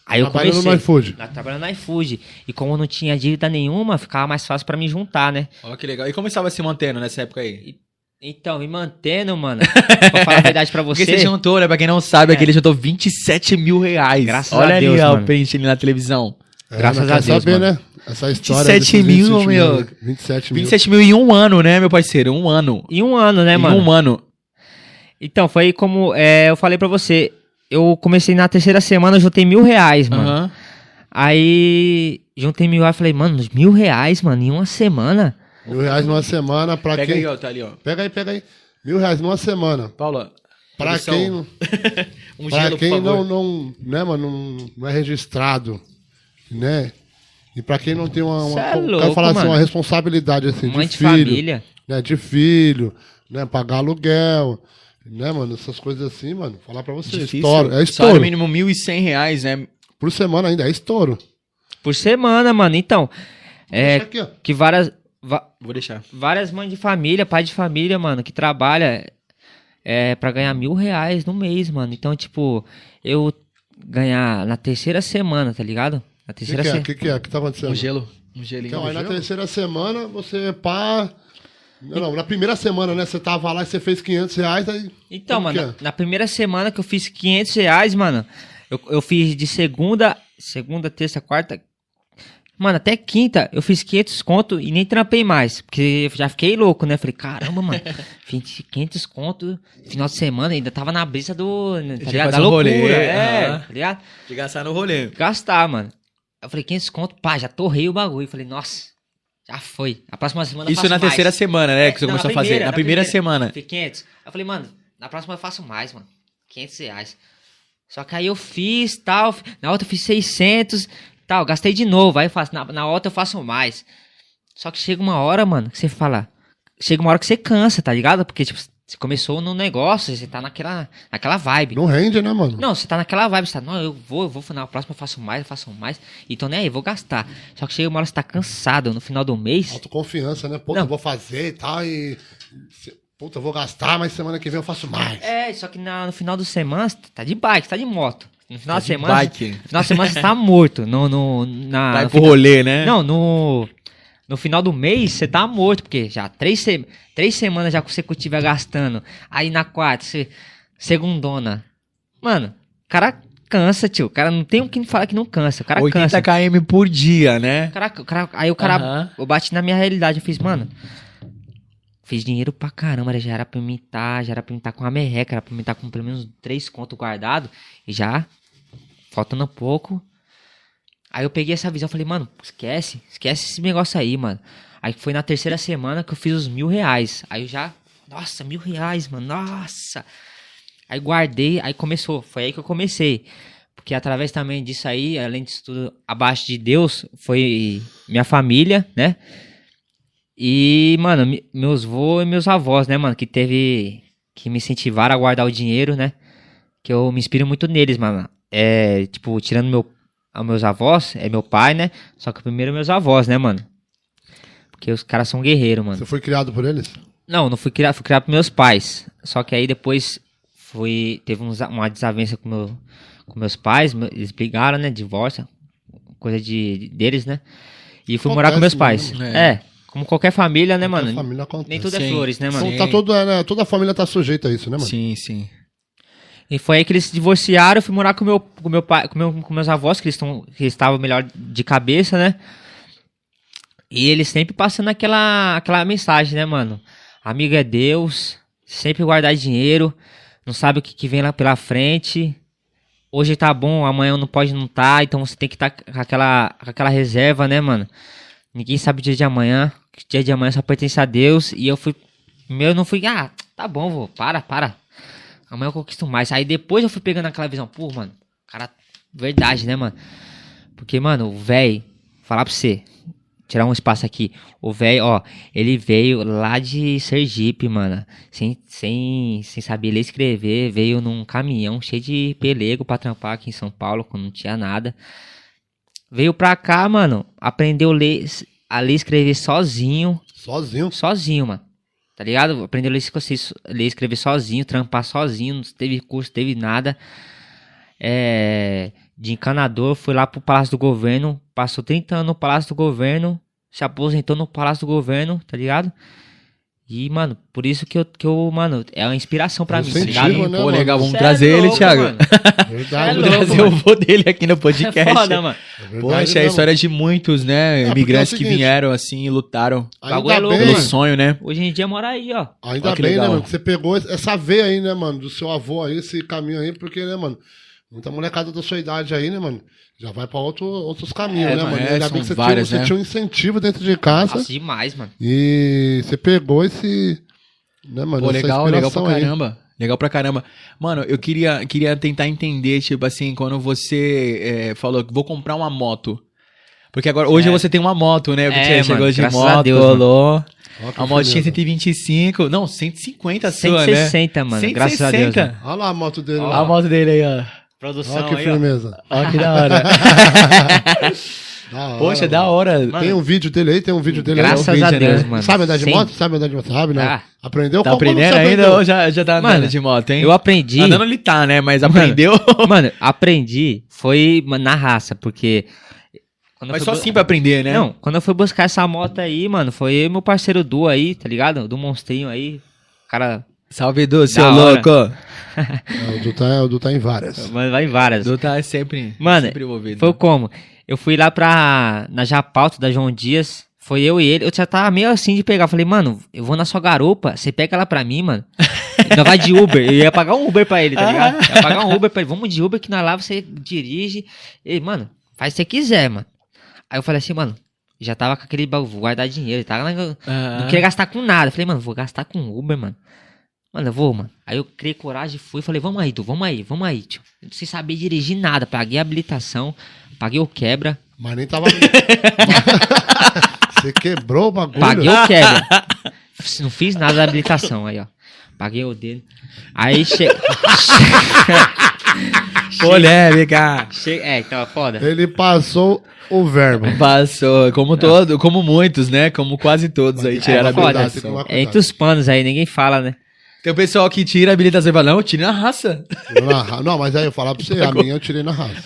C: Aí eu
A: Trabalhando
C: comecei. É,
A: no iFood.
C: Na- Trabalhando no iFood. E como não tinha dívida nenhuma, ficava mais fácil pra me juntar, né?
B: Ó, que legal. E como estava se mantendo nessa época aí?
C: Então, me mantendo, mano. *laughs* pra falar a verdade pra
B: Porque
C: você. É.
B: você juntou, né? Pra quem não sabe, aqui ele juntou 27 mil reais.
C: Graças
B: Olha
C: a Deus,
B: ali, ó, o
C: mano.
B: print ali na televisão.
A: É,
C: Graças
A: mas
C: a
A: quer
C: Deus,
A: saber,
C: mano.
A: né? Essa história.
B: 27
A: desses
B: mil,
A: 20
B: meu.
A: 27 mil.
B: 27 mil em um ano, né, meu parceiro? Um ano.
C: Em um ano, né,
B: em
C: mano?
B: um ano.
C: Então, foi como é, eu falei pra você. Eu comecei na terceira semana, eu juntei mil reais, mano.
B: Aham.
C: Aí juntei mil reais, falei, mano, uns mil reais, mano, em uma semana.
A: Mil reais numa semana pra
B: Pega
A: quem.
B: aí, ó, tá ali, ó.
A: Pega aí, pega aí. Mil reais numa semana.
B: Paula.
A: Pra
B: produção,
A: quem, não-
B: *laughs* um
A: pra
B: gelo,
A: quem
B: por
A: não,
B: favor.
A: não, né, mano, não, não é registrado, né? E pra quem não tem uma, uma,
C: Cê é
A: eu quero
C: louco,
A: falar assim,
C: mano.
A: uma responsabilidade assim,
C: Mãe
A: de,
C: de
A: filho,
C: família.
A: né, de filho, né, pagar aluguel, né, mano, essas coisas assim, mano, falar pra você,
B: Difícil.
A: estouro, é
B: Salário
A: estouro,
B: mínimo 1.100 reais, né?
A: por semana ainda, é estouro.
C: Por semana, mano. Então,
A: Deixa
C: é
A: aqui, ó.
C: que várias, va-
B: Vou deixar.
C: várias mães de família, pai de família, mano, que trabalha é, pra ganhar mil reais no mês, mano. Então, tipo, eu ganhar na terceira semana, tá ligado? Na
A: O
C: terceira
A: que, que é? O
C: semana.
A: que, que é que tá acontecendo?
B: Um gelo. Um gelinho.
A: Então,
B: um
A: aí na
B: gelo?
A: terceira semana, você pá... Não, não, na primeira semana, né, você tava lá e você fez 500 reais, aí...
C: Então,
A: como que
C: mano,
A: é?
C: na primeira semana que eu fiz 500 reais, mano, eu, eu fiz de segunda, segunda, terça, quarta, mano, até quinta eu fiz 500 conto e nem trampei mais, porque eu já fiquei louco, né? Falei,
B: *laughs*
C: caramba, mano, fiz 500 conto, final de semana ainda tava na brisa do, tá
B: Já
C: ligado?
B: faz
C: Da
B: um
C: loucura,
B: rolê,
C: é,
B: aham.
C: tá ligado?
B: De gastar no rolê.
C: Gastar, mano. Eu falei, 500 conto, pá, já torrei o bagulho, falei, nossa, já foi, a próxima semana eu
B: Isso
C: faço
B: na
C: mais.
B: terceira semana, né? Que você
C: Não, na
B: começou a fazer.
C: primeira,
B: Na
C: na
B: primeira
C: primeira.
B: semana.
C: Fui 500. Aí eu falei, mano, na próxima eu faço mais, mano. 500 reais. Só que aí eu fiz, tal. fi- Na outra eu fiz 600, tal. Gastei de novo. Aí eu faço, na, na outra eu faço mais. Só que chega uma hora, mano, que você fala. Chega uma hora que você cansa, tá ligado? Porque, tipo, você começou no negócio, você tá naquela, naquela vibe.
A: Não rende, né, mano?
C: Não, você tá naquela vibe, você tá, não, eu vou, eu vou, na próxima eu faço mais, eu faço mais. Então, né, eu vou gastar. Só que chega uma hora que você tá cansado no final do mês.
A: Autoconfiança, né? Puta,
C: Não.
A: eu vou fazer e tal, e. se- Puta, eu vou gastar, mas semana que vem eu faço mais.
C: É, só que na- no final do semana você tá de bike, você tá de moto. No final
B: Tá
C: da
B: de
C: semana.
B: bike.
C: No final da semana
B: *laughs*
C: você tá morto. No, no, na,
B: Vai
C: no
B: pro
C: final-
B: rolê, né?
C: Não, no. No final do mês você tá morto, porque já três, se- três semanas já consecutiva gastando. Aí na quarta, você. Segundona. Mano, o cara cansa, tio. O cara não tem o que falar que não cansa. O cara
B: 80
C: cansa.
B: km por dia, né?
C: O cara, o cara- aí o cara.
B: tá Aham.
C: Eu bati na minha realidade. Eu fiz, mano. Fiz dinheiro pra caramba, já era pra mim tá, já era pra mim tá com a merreca, era pra mim tá com pelo menos três contos guardado e já faltando um pouco. Aí eu peguei essa visão, falei, mano, esquece, esquece esse negócio aí, mano. Aí foi na terceira semana que eu fiz os mil reais. Aí eu já, nossa, mil reais, mano, nossa. Aí guardei, aí começou, foi aí que eu comecei. Porque através também disso aí, além disso tudo, abaixo de Deus, foi minha família, né? E, mano, me- meus vô e meus avós, né, mano, que teve que me incentivaram a guardar o dinheiro, né? Que eu me inspiro muito neles, mano. É, tipo, tirando meu, a meus avós, é meu pai, né? Só que primeiro meus avós, né, mano? Porque os caras são guerreiros, mano.
A: Você foi criado por eles?
C: Não, não fui criado, fui criado por meus pais. Só que aí depois fui, teve uns- uma desavença com, meu, com meus pais, meu- eles brigaram, né? Divórcio, coisa de, deles, né? E fui morar com meus
A: Acontece,
C: pais.
B: né, mano?
C: É. como qualquer família, né, mano?
A: Então, A família acontece.
C: Nem tudo é
B: Sim.
C: flores, né, mano?
B: Sim.
A: Tá todo, é, né, toda a família tá sujeita a isso, né, mano?
B: Sim, sim.
C: E foi aí que eles se divorciaram, eu fui morar com meu, com meu pai, com, meu, com meus avós, que eles, tão, que eles estavam melhor de cabeça, né? E eles sempre passando aquela, aquela mensagem, né, mano? Amigo é Deus, sempre guardar dinheiro, não sabe o que, que vem lá pela frente. Hoje tá bom, amanhã não pode não tá, então você tem que estar com, aquela, com aquela reserva, né, mano? Ninguém sabe o dia de amanhã, que o dia de amanhã só pertence a Deus. E eu fui, meu, eu não fui, ah, tá bom, vô, para, para. Amanhã eu conquisto mais. Aí depois eu fui pegando aquela visão, pô, mano, cara, verdade, né, mano? Porque, mano, o velho, falar pra você, tirar um espaço aqui. O velho, ó, ele veio lá de Sergipe, mano, sem, sem, sem saber ler e escrever, veio num caminhão cheio de pelego pra trampar aqui em São Paulo, quando não tinha nada. Veio pra cá, mano, aprendeu a ler, a ler e escrever sozinho,
A: Sozinho.
C: sozinho, mano. Tá ligado? Aprendeu a ler, e escrever so- ler e escrever sozinho, trampar sozinho, não teve curso, teve nada. É, de encanador, foi lá pro Palácio do Governo, passou 30 anos no Palácio do Governo, se aposentou no Palácio do Governo, tá ligado? E, mano, por isso que eu, que eu mano, é uma inspiração pra
A: Um
C: mim, tá
A: incentivo,
C: ligado?
A: né,
B: Pô,
A: mano?
B: legal, vamos
C: Cê é
B: trazer ele,
C: louco,
B: Thiago.
C: *laughs* mano.
A: Verdade.
C: É
B: Vamos
C: louco,
B: trazer o vô dele *laughs* aqui no
C: É
B: podcast.
C: foda, mano.
A: verdade
B: Poxa, é a
A: mesmo.
B: história de muitos,
A: porque
B: né?
A: é o
B: imigrantes que
A: seguinte-
B: vieram assim e lutaram
A: Ainda
C: bagulho é louco,
A: bem,
B: pelo sonho, né?
C: Hoje em dia mora aí, ó.
A: Ainda
B: Olha que
A: bem, né,
B: legal.
A: mano? Que você pegou essa veia aí, né, mano? Do seu avô aí, esse caminho aí, porque, né, mano? Muita molecada da sua idade aí, né, mano? Já vai pra outro- outros caminhos,
B: É,
A: né,
B: mano,
A: mano?
B: é,
A: E Ainda
B: são
A: bem que você,
B: várias,
A: tinha,
B: né?
A: você tinha um incentivo dentro de casa
C: Nossa, demais, mano.
A: e você pegou esse. Né, mano?
B: Pô,
A: essa
B: legal, legal pra
A: inspiração aí.
B: caramba. Legal pra caramba. Mano, eu queria, queria tentar entender, tipo assim, quando você é, falou que vou comprar uma moto. Porque agora, hoje
C: É.
B: você tem uma moto, né? O
C: É,
B: Gutinha
C: mano,
B: chegou de
C: graças a
B: moto,
C: Deus, mano.
B: rolou.
A: Ó, que
B: A motinha
A: firmeza.
B: 125, não, 150 a sua, né?
C: 160, mano, graças a Deus. né?
B: 160.
C: mano.
A: Olha lá a moto dele.
B: Olha a
A: Olha,
B: moto dele aí, ó.
C: Produção
A: Olha que
C: aí, ó.
A: firmeza.
B: Olha que da *laughs*
C: *laughs*
B: hora.
A: Da hora,
B: Poxa, da
A: mano.
B: hora.
A: Tem um vídeo dele aí, tem um vídeo dele
B: Graças
A: aí.
C: Graças
B: Não,
C: a
B: vídeo,
C: Deus,
B: né?
C: mano.
A: Sabe andar de
C: Sem-
A: moto? Sabe andar de moto? Sabe, né?
C: Ah.
A: Aprendeu?
B: Tá
A: Como você
B: aprendendo ainda
A: aprendeu?
B: ou já, já tá andando
C: Mano,
B: de moto, hein?
C: Eu aprendi.
B: Andando ele tá, né? Mas aprendeu.
C: Mano, aprendi foi ma- na raça, porque. quando
B: *laughs*
C: eu
B: Mas
C: fui
B: só
C: bu-
B: assim pra aprender, né?
C: Não, quando eu fui buscar essa moto aí, mano, foi eu e meu parceiro Du aí, tá ligado? Do monstrinho aí. Cara,
B: Salve, Du, seu
C: Da hora.
B: louco.
A: É, o Du tá, o Du tá em várias.
C: mano, vai em várias.
B: Du tá sempre,
C: Mano,
B: sempre envolvido. né?
C: Foi como? Eu fui lá pra. Na Japauta da João Dias. Foi eu e ele. Eu já tava meio assim de pegar. Falei, mano, eu vou na sua garupa. Você pega ela pra mim, mano. Nós vai de Uber. Eu ia pagar um Uber pra ele, tá ligado? Eu ia pagar um Uber pra ele. Vamos de Uber que nós lá você dirige. E, mano, faz o que você quiser, mano. Aí eu falei assim, mano. Já tava com aquele bagulho, vou guardar dinheiro. tá?" Tava na-
B: Ah.
C: não queria gastar com nada. Eu Falei, mano, vou gastar com Uber, mano. Mano, eu vou, mano. Aí eu criei coragem, fui e falei, vamos aí, tu, vamos aí, vamos aí, tio. Eu Sem saber dirigir nada. Paguei a habilitação, paguei o quebra,
A: Mas nem
C: *laughs*
A: tava. Mas- Você quebrou o bagulho.
C: paguei o quebra.
B: *laughs*
C: Não fiz nada da habilitação aí, ó. Paguei o dele.
B: *laughs*
C: Aí che...
B: Polêmica.
C: che... É, então, foda.
A: Ele passou o verbo.
B: Passou, como todo, como muitos, né? Como quase todos aí tiraram a
C: é foda.
B: habilitação.
A: Cuidado.
C: É entre os panos aí, ninguém fala, né?
B: Tem o pessoal que tira a habilitação e fala, não, tira na raça. *laughs*
A: Eu na ra- Não, mas aí eu falar pra você, a minha eu tirei na raça.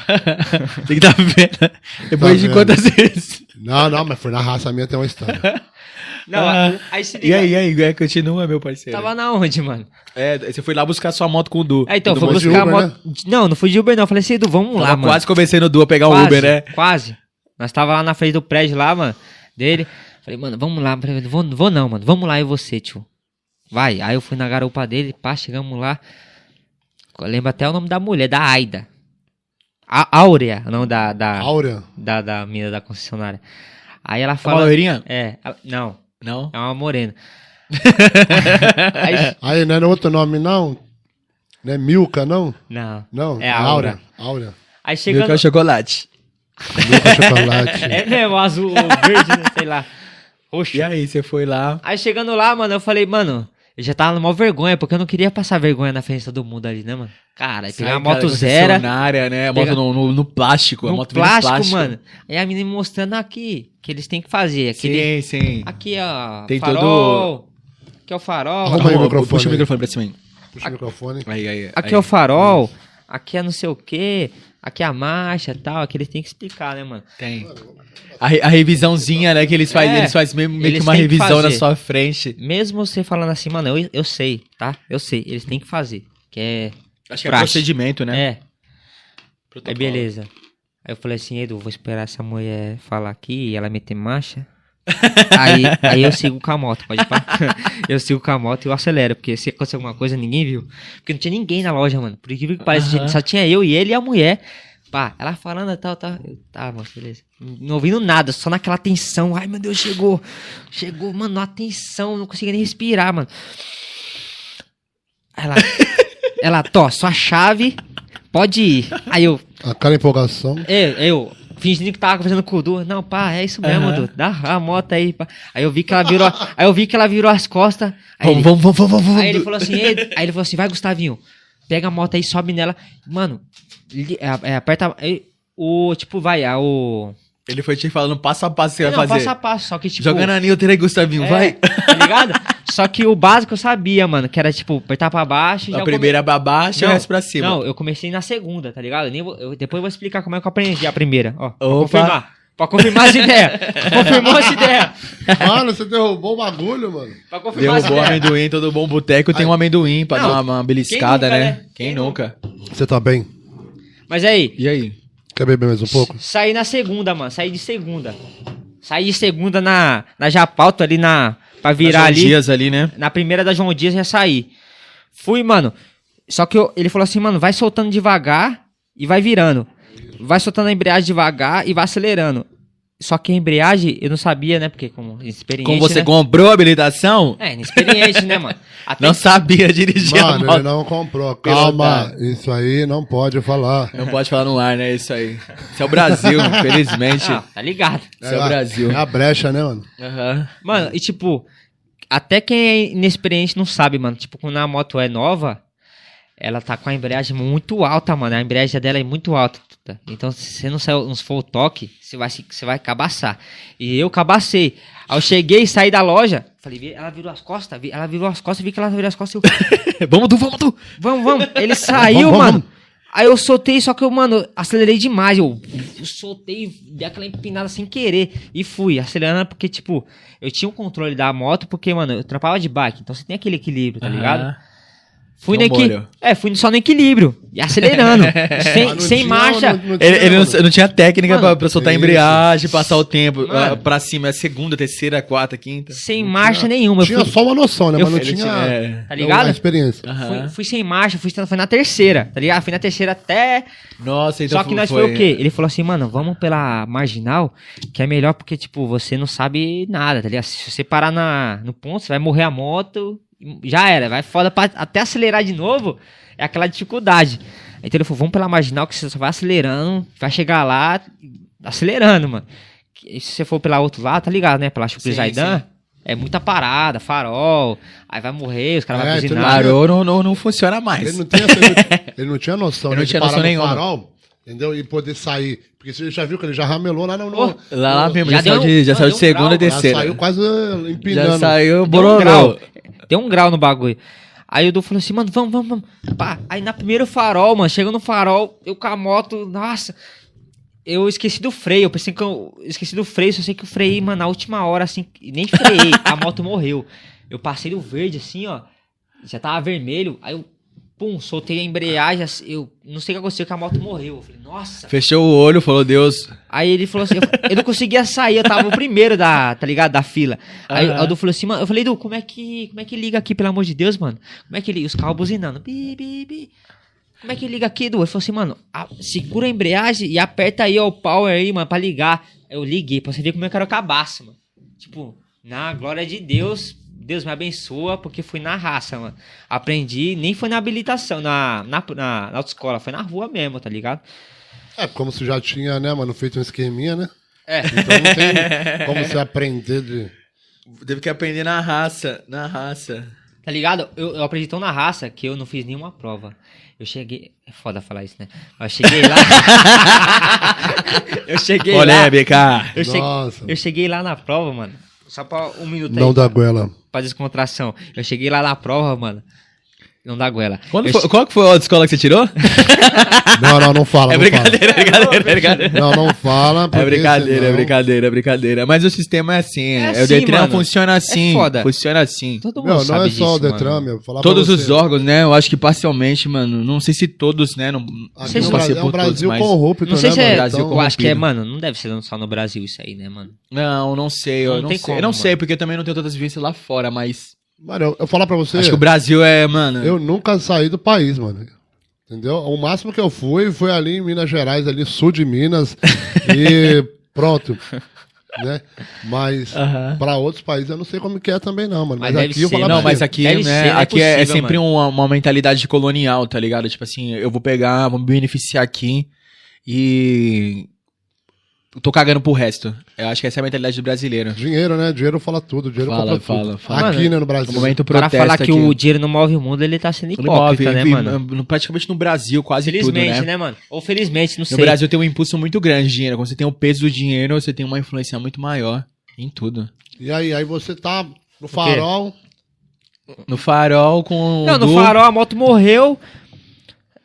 B: Tem que dar
C: Tá
B: vendo. Depois de
A: vendo.
B: quantas
C: *laughs*
B: vezes.
A: Não, não, mas foi na raça a minha tem uma história.
C: Não,
B: Ah,
C: aí se
B: E
C: liga.
B: aí, e aí, é, continua, meu parceiro.
C: Tava na onde, mano?
B: É, você foi lá buscar sua moto com o Du.
C: Aí então,
A: Do
C: foi
A: monte de
C: buscar a
A: Uber,
C: moto. Não, não fui de Uber, não. Eu Falei assim, Edu, vamos lá,
B: né? Tava
C: mano.
B: quase convencendo o Du a pegar um
C: quase,
B: Uber, né?
C: Quase. Nós tava lá na frente do prédio lá, mano, dele. Falei, mano, vamos lá. Falei, vou, vou não, mano. Vamos lá, eu e você, tio. Vai. Aí eu fui na garupa dele, pá, chegamos lá. Eu lembro até o nome da mulher, da Aida. A Áurea, não, da, da,
A: Áurea.
C: da, da mina da concessionária. Aí ela
B: Fala,
C: fala...
B: loirinha?
C: É, a- não,
B: Não.
C: é uma morena. Aí-
A: Aí, não era outro nome, não? Não é Milka, não?
C: não,
A: Não.
C: é a Áurea.
A: Áurea.
C: Aí
B: Viu que
C: chegando...
B: é o chocolate.
A: Milka chocolate.
C: *laughs* É mesmo, azul, ou verde, né, sei lá. Roxo.
B: E aí, você foi lá.
C: Aí chegando lá, mano, eu falei, mano, Eu já tava numa vergonha, porque eu não queria passar vergonha na frente de todo mundo ali, né, mano? Cara, aí pegar uma moto zero,
B: Concessionária, né? A moto
C: Pega-
B: no, no- no plástico. a
C: no
B: moto vem no
C: plástico, mano. Aí a menina me mostrando aqui, que eles têm que fazer. Aquele,
B: Sim, sim.
C: Aqui, ó,
B: Tem
C: farol. Aqui é o farol.
A: Arruma aí o
B: Arrumou,
A: microfone
B: Puxa o
A: aí.
B: microfone pra cima
A: Puxa o microfone.
B: aí. Aí, aí,
C: Aqui
B: aí.
C: é o farol, aqui é não sei o que, aqui é a marcha e tal, aqui eles têm que explicar, né, mano?
B: Tem. A, re- a revisãozinha, né? Que eles fazem,
C: É,
B: eles fazem meio, meio
C: eles
B: que uma
C: têm que
B: revisão na
C: fazer.
B: sua frente.
C: Mesmo você falando assim, mano, eu, eu sei, tá? Eu sei, eles têm que fazer. Que é.
B: Acho que é
C: Praxe.
B: procedimento, né?
C: É, aí beleza. Aí eu falei assim, Edu, vou esperar essa mulher falar aqui e ela meter marcha. *laughs* aí, aí eu sigo com a moto, pode pá. *laughs* Eu sigo com a moto e eu acelero, porque se acontecer alguma coisa, ninguém viu. Porque não tinha ninguém na loja, mano. Por incrível que pareça,
B: Aham.
C: só tinha eu e ele e a mulher. Pá, ela falando tal, tal. Eu, tá, moço, beleza. Não ouvindo nada, só naquela tensão. Ai, meu Deus, chegou. Chegou, mano, na tensão, não conseguia nem respirar, mano. Aí Ela, ela, tó, sua chave, pode ir. Aí eu,
A: A cara empolgação.
C: eu, É, eu, fingindo que tava conversando com o Du. Não, pá, é isso mesmo,
B: Aham.
C: Du. Dá a moto aí, pá. Aí eu vi que ela virou,
B: *laughs*
C: aí eu vi que ela virou as costas. Aí,
B: Vamos,
C: ele,
B: vamos, vamos, vamos, vamos.
C: aí ele falou assim, "Ei", aí ele falou assim, vai, Gustavinho, pega a moto aí, sobe nela. Mano, li- é, é, aperta, é, o, tipo, vai, a, o... é,
B: Ele foi te falando passo a passo o que
C: Não,
B: vai fazer.
C: passo a passo, só que tipo...
B: Joga na Nilton aí, Gustavinho, *laughs*
C: é,
B: vai.
C: Tá ligado? só que o básico eu sabia, mano, que era tipo, apertar pra baixo e
B: A
C: já come-
B: primeira pra baixo e o
C: Não,
B: resto pra cima.
C: Não, eu comecei na segunda, tá ligado? Eu nem vou- eu- depois eu vou explicar como é que eu aprendi a primeira, ó. pra
B: Opa.
C: confirmar. Pra confirmar as ideias.
B: *laughs*
C: Confirmou as ideias.
A: Mano, você derrubou o bagulho, mano.
C: Pra confirmar as
B: Derrubou o
C: ideias.
B: amendoim, todo um bom boteco tem um amendoim pra
C: Não,
B: dar uma, uma beliscada, né?
C: nunca, né?
B: Quem,
C: Quem
B: nunca?
A: Você tá bem?
C: Mas aí,
B: E aí?
A: Quer beber mais um pouco?
C: saí na segunda, mano. Saí de segunda. Saí de segunda na, na Japauto ali na. Pra virar
B: João
C: ali.
B: Dias ali, né?
C: Na primeira da João Dias já saí. Fui, mano. Só que eu- ele falou assim, mano, vai soltando devagar e vai virando. Vai soltando a embreagem devagar e vai acelerando. Só que a embreagem, eu não sabia, né? Porque como experiente.
B: Como você
C: né?
B: comprou a habilitação,
C: É, inexperiente, né, mano? Até
B: não sabia dirigir a
A: Mano,
B: moto.
A: ele não comprou.
B: Pilotado.
A: Calma, isso aí não pode falar.
B: Não pode falar no ar, né? Isso aí. Isso é o Brasil, infelizmente.
C: Ah, tá ligado.
B: Isso é o Brasil.
A: É a brecha, né, mano?
B: Aham.
C: Mano, e tipo, até quem é inexperiente não sabe, mano. Tipo, quando a moto é nova, ela tá com a embreagem muito alta, mano. A embreagem dela é muito alta. tá? Então, se você não, sair, não for o toque, você vai, se- você vai cabaçar. E eu cabacei. Aí eu cheguei e saí da loja. Falei, "Vi- ela virou as costas, vi- ela virou as costas, vi que ela virou as costas. Eu,
B: *laughs* Vamos tu, vamos Tá tu.
C: Vamos, vamos. Ele saiu,
A: *laughs* Vamos, vamos,
C: mano. Aí eu soltei, só que eu, mano, acelerei demais. Eu, eu soltei, dei aquela empinada sem querer. E fui, acelerando, porque, tipo, eu tinha o controle da moto, porque, mano, eu trampava de bike. Então você tem aquele equilíbrio, tá ligado? Fui
B: Não
A: um
C: no equi...
B: molhou.
C: É, fui só no equilíbrio. E
A: *laughs*
C: acelerando.
A: Ah,
C: sem
A: não
C: sem
A: tinha,
C: marcha.
A: não- não tinha,
B: Ele, ele não,
A: mano.
B: não tinha técnica
C: Mano,
B: pra, pra soltar a
A: isso.
B: embreagem, passar o tempo.
C: Mano.
B: ah, Pra cima é segunda, terceira, quarta, quinta.
C: Sem marcha nenhuma. Eu
A: Tinha
C: fui,
A: só uma noção, né?
C: Eu
A: Mas não
B: Ele
A: tinha
B: é.
C: tá ligado?
A: a experiência.
B: Aham.
C: Fui, fui sem marcha, fui, foi na terceira, tá ligado? Fui na terceira até
B: Nossa, então
C: Só que
B: fu-
C: nós foi... o quê? Ele falou assim, mano, vamos pela marginal, que é melhor porque, tipo, você não sabe nada, tá ligado? Se você parar na, no ponto, você vai morrer a moto, já era, vai foda pra, até acelerar de novo, é aquela dificuldade. Então ele falou, vamos pela marginal, que você só vai acelerando, vai chegar lá, acelerando, mano. E se você for pela outro lado, tá ligado, né? Pela
B: Sim,
C: Chuprizaidan,
B: sim.
C: é muita parada, farol, aí vai morrer, os caras
A: É,
C: vão
A: então
C: buzinar.
B: Parou, não, não, não funciona mais.
A: Ele não, tinha, ele,
B: *laughs*
A: não- ele não tinha noção
B: Ele
A: né,
B: não
A: de
B: tinha
A: parar
B: noção
A: no
B: nenhuma.
A: farol, entendeu? E poder sair. Porque você já viu que ele já ramelou lá no... no-
C: Oh,
B: Lá, lá
A: no-
B: mesmo,
C: Já
B: já, saiu
C: deu
B: de, já
C: um-
B: saiu de
C: deu um grau,
B: segunda e
C: já
A: já
B: terceira.
A: saiu quase eh, empinando.
B: Já saiu
C: Deu um grau.
B: bororô.
C: Deu um grau no bagulho. Aí o Du falou assim, mano, vamos, vamos, vamos. Pá, aí na primeiro farol, mano, chega no farol, eu com a moto, nossa. Eu esqueci do freio, eu pensei que eu esqueci do freio, só sei que eu freiei, mano, na última hora, assim, e nem freiei, a moto morreu. Eu passei do verde, assim, ó, já tava vermelho, aí eu, pum, soltei a embreagem, assim, eu não sei o que aconteceu, que a moto morreu. Eu falei, nossa.
B: Fechou o olho, falou, Deus.
C: Aí ele falou assim, eu, eu não conseguia sair, eu tava o primeiro da, tá ligado, da fila. Aí
B: Aham.
C: o Du falou assim, mano, eu falei, Du, como é que, como é que liga aqui, pelo amor de Deus, mano? Como é que liga? Os carros buzinando, bi, bi, bi. Como é que liga aqui, Du? Ele falou assim, mano, a- segura a embreagem e aperta aí ó, o power aí, mano, pra ligar. Eu liguei, pra você ver como eu quero cabaço, mano. Tipo, na glória de Deus, Deus me abençoa, porque fui na raça, mano. Aprendi, nem foi na habilitação, na, na, na, na autoescola, foi na rua mesmo, tá ligado?
A: É, como se já tinha, né, mano, feito um esqueminha, né?
C: É.
A: Então não
B: *laughs*
A: tem como você aprender de...
B: Teve que aprender na raça, na raça.
C: Tá ligado? Eu, eu aprendi tão na raça que eu não fiz nenhuma prova. Eu cheguei. É foda falar isso, né? Eu cheguei
A: *laughs*
C: lá. eu cheguei lá.
B: Polêmica!
C: Eu, cheguei-
A: Nossa.
C: eu cheguei lá na prova, mano. Só pra um minuto aí.
A: Não da goela.
C: Pra descontração. Eu cheguei lá na prova, mano. Não dá goela.
B: Quando
C: Eu
B: *laughs* foi- qual que foi a escola que você *laughs* tirou?
A: Não, não, não fala.
B: *laughs*
A: não fala.
B: é brincadeira, é brincadeira, é brincadeira.
A: Não, não fala.
B: É
A: porque
B: brincadeira, é
A: senão-
B: brincadeira, é brincadeira. Mas o sistema é assim.
C: É
B: é-
C: assim,
B: o Detran
C: mano.
B: funciona assim.
C: foda.
B: Funciona assim.
C: Todo mundo
A: Meu, não
C: sabe
A: é só o
C: disso, mano.
A: Detran, meu. Falar pra
B: todos
A: você.
B: os órgãos, né? Eu acho que parcialmente, mano. Não sei se todos, né? Não,
A: Aqui
C: Vocês
A: no Brasil,
B: não
C: não-
B: passei
A: é um
B: por todos,
A: Brasil
B: mas...
A: corrupto,
C: Não sei
A: né,
C: se
A: mano?
C: é.
B: Brasil
A: Então,
C: eu acho que é,
B: corrompido.
C: mano, não deve ser só no Brasil isso aí, né, mano?
B: Não, não sei. Eu
C: Não
B: não,
C: tem
B: sei.
C: como,
B: eu não
C: mano.
B: sei, porque eu também não tenho tantas vivências lá fora, mas.
A: Mano, eu, eu falar pra você,
B: Acho que o Brasil é, mano.
A: eu nunca saí do país, mano. Entendeu? O máximo que eu fui foi ali em Minas Gerais, ali sul de
B: *laughs*
A: Minas. e pronto. Né? Mas
B: Aham.
A: pra outros países eu não sei como que é também, não, mano. Mas,
C: Mas deve
A: aqui eu
C: ser,
A: falar
B: Não,
A: pra
B: mas
A: você.
B: aqui,
C: Deve
B: né,
C: ser, não é
B: aqui é, é
C: possível,
B: sempre uma, uma mentalidade colonial, tá ligado? Tipo assim, eu vou pegar, vou me beneficiar aqui e. Tô cagando pro resto. Eu acho que essa é a mentalidade do brasileiro.
A: Dinheiro, né? Dinheiro fala tudo. Dinheiro
B: Fala,
A: compra
B: fala,
A: tudo.
B: fala.
A: Aqui,
C: Mano,
A: né, no
B: O
A: Brasil.
B: momento
C: O cara
B: protesto
C: falar que
B: aqui.
C: o dinheiro não move o mundo, ele tá sendo
B: Ele move,
C: hipócrita, né,
B: e-
C: mano?
B: no- praticamente no Brasil, quase
C: Felizmente,
B: tudo, né?
C: né? mano? Ou felizmente, não
B: No
C: sei.
B: Brasil tem um impulso muito grande de dinheiro. Quando você tem o peso do dinheiro, você tem uma influência muito maior em tudo.
A: E aí, aí você tá no farol.
B: No farol com. o
C: Não, no
B: Du-
C: farol a moto morreu.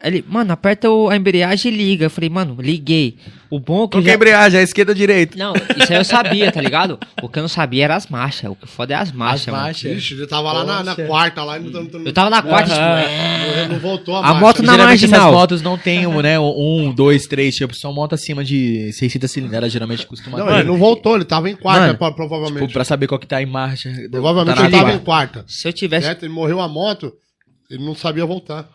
C: Ele, mano, aperta o- a embreagem e liga. Eu falei, mano, liguei. O bom é que.
B: Não
C: eu
B: que
C: já-
B: embreagem, é esquerda ou direita?
C: Não, isso aí eu sabia, tá ligado? O que eu não sabia era as marchas. O que foda é as marchas, mano.
A: Ixi, ele tava lá na, na
B: Nossa.
A: quarta, lá e não, não,
C: Eu tava na quarta,
B: Aham.
C: tipo, é.
A: não- não voltou a,
C: A
A: marcha.
C: moto na
B: Geralmente
C: marginal.
B: essas motos não tem, um, né? Um, dois, três, tipo, são motos acima de 600 cilindradas, geralmente costuma
A: Não,
B: ter.
A: ele não voltou, ele tava em quarta,
C: Mano,
A: pro- provavelmente.
B: Tipo, pra saber qual que tá em marcha.
A: Provavelmente
B: Tá na
A: ele tava
B: liga.
A: em quarta.
C: Se eu tivesse.
A: Certo? Ele morreu a moto, ele não sabia voltar.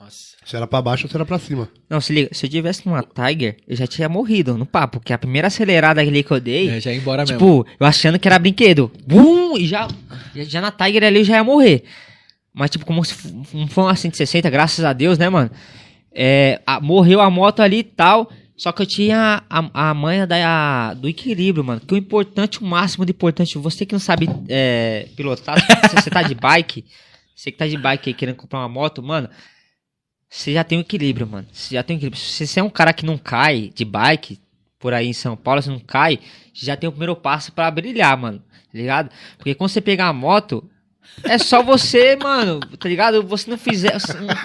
B: Nossa.
A: Se era pra baixo ou se era pra cima.
C: Não, se liga, se eu tivesse numa Tiger, eu já tinha morrido no papo. Porque a primeira acelerada ali que eu dei.
B: É, já ia embora mesmo.
C: Tipo, eu achando que era brinquedo. Bum! E já, já, já na Tiger ali eu já ia morrer. Mas, tipo, como se f- não foi uma 160, graças a Deus, né, mano? É, a- morreu a moto ali e tal. Só que eu tinha a, a manha da, do equilíbrio, mano. Que o importante, o máximo do importante, você que não sabe é, pilotar, *laughs* se você tá de bike, você que tá de bike aí querendo comprar uma moto, mano, você já tem um equilíbrio, mano. Você já tem um equilíbrio. Se você é um cara que não cai de bike, por aí em São Paulo, você não cai, você já tem o primeiro passo pra brilhar, mano. Tá ligado? Porque quando você pegar a moto, é só você, *laughs* mano, tá ligado? Você não fizer,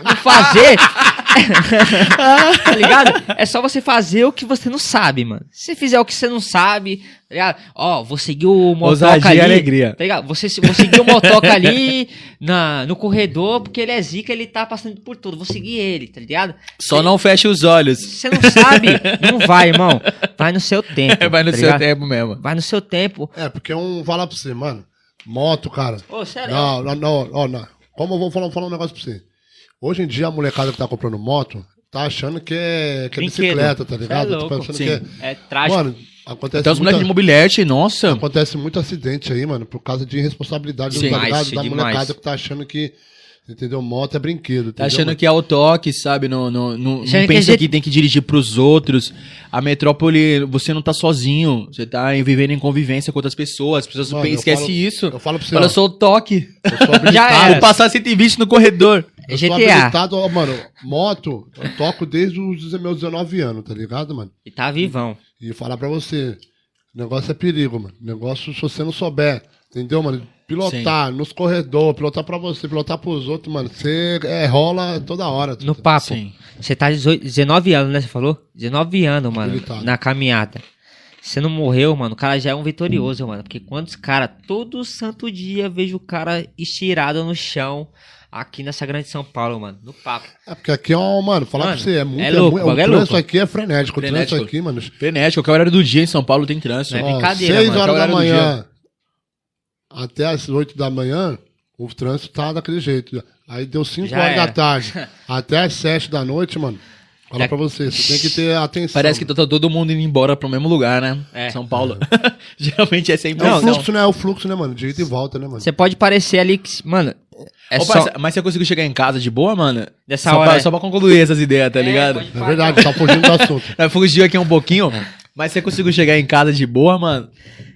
C: não fazer. *laughs* tá ligado? É só você fazer o que você não sabe, mano. Se você fizer o que você não sabe, tá ligado? Ó, vou seguir o motoca
B: Ousadia
C: ali.
B: e alegria.
C: Tá ligado? Você, vou seguir o motoca ali na, no corredor, porque ele é zica, ele tá passando por tudo. Vou seguir ele, tá ligado?
B: Só não fecha os olhos. *laughs*
C: Você não sabe, não vai, irmão. Vai no seu tempo.
B: É, Vai no
C: tá
B: seu
C: ligado?
B: tempo mesmo.
C: Vai no seu tempo.
A: É, porque um fala pra você, mano. Moto, cara.
C: Ô, é sério?
A: Não, não, não, ó, não. Como eu vou falar, falar um negócio pra você? Hoje em dia a molecada que tá comprando moto tá achando que é, que é
C: Brinquedo.
A: bicicleta, tá
C: Cê é
A: ligado? Tá
C: louco.
A: achando
B: Sim.
A: que
C: É
A: é...
C: trágico.
A: Mano, acontece
B: Até Então, os
A: muita-
B: moleques de mobilete,
A: Tá
B: nossa.
A: Acontece muito acidente aí, mano, por causa de irresponsabilidade
B: Sim.
A: tá ligado?
C: Demais,
A: da
C: demais.
A: molecada que tá achando que, entendeu? Moto é brinquedo. entendeu,
B: Tá achando
A: mano?
B: que é o toque, sabe? Não, não, não, não
C: Achando que
B: pensa
C: a gente-
B: que tem que dirigir pros outros. A metrópole, você não tá sozinho. Você tá em- vivendo em convivência com outras pessoas. As pessoas
A: Mano, eu
B: esquecem
A: falo-
B: isso.
A: Eu falo pra você,
B: Fala,
A: ó,
B: eu sou o toque.
A: eu sou
C: *laughs* Já é
A: habilitado,
C: era.
B: Vou passar 120 no corredor.
C: É
A: Eu sou
C: GTA.
A: habilitado, ó, mano, moto, eu toco desde os meus 19 anos, tá ligado, mano?
C: E tá vivão.
A: E falar pra você, negócio é perigo, mano. Negócio, se você não souber, entendeu, mano? Pilotar nos corredores, pilotar pra você, pilotar pros outros, mano. Você é, rola toda hora. tá
C: No papo.
B: Sim.
C: Você tá 18, 19 anos, né? Você falou? 19 anos, mano,
A: Habilitado.
C: na caminhada. Você não morreu, mano. O cara já é um vitorioso, mano. Porque quantos caras, todo santo dia, eu vejo o cara estirado no chão aqui nessa grande São Paulo, mano. No papo.
A: É porque aqui é um, mano, falar
C: Mano,
A: pra você, é muito,
C: é
A: é
C: louco,
A: muito-
C: o bagulho é
A: o trânsito
C: louco.
A: aqui é frenético, o
B: Frenético.
A: trânsito aqui, mano.
B: Frenético, qualquer hora do dia em São Paulo tem trânsito.
C: É
A: ó,
C: brincadeira,
A: seis
C: mano.
A: horas da
B: Trabalhar no
A: manhã até as 8 da manhã, o trânsito tá daquele jeito. Aí deu 5
C: Já
A: horas
C: era.
A: da
B: *laughs*
A: tarde até as 7 da noite, mano. Fala
C: Já-
A: pra você, você tem que ter atenção.
B: É Parece que tá tá todo mundo indo embora pro mesmo lugar, né?
C: É.
B: São Paulo. *laughs* Geralmente é sempre
A: É o
B: não,
A: fluxo, né? É o fluxo, né, mano? De ida e volta, né, mano?
C: Você pode parecer ali que. Mano, é
B: Ô,
C: só.
B: parça, Mas você conseguiu chegar em casa de boa, mano?
C: Dessa
B: só
C: hora,
B: Pra,
C: é.
B: Só pra concluir essas ideias, tá
C: É,
B: ligado?
C: pode- É.
A: É verdade, tá fugindo do assunto.
B: Nós Fugiu aqui um pouquinho, mas você conseguiu chegar em casa de boa, mano?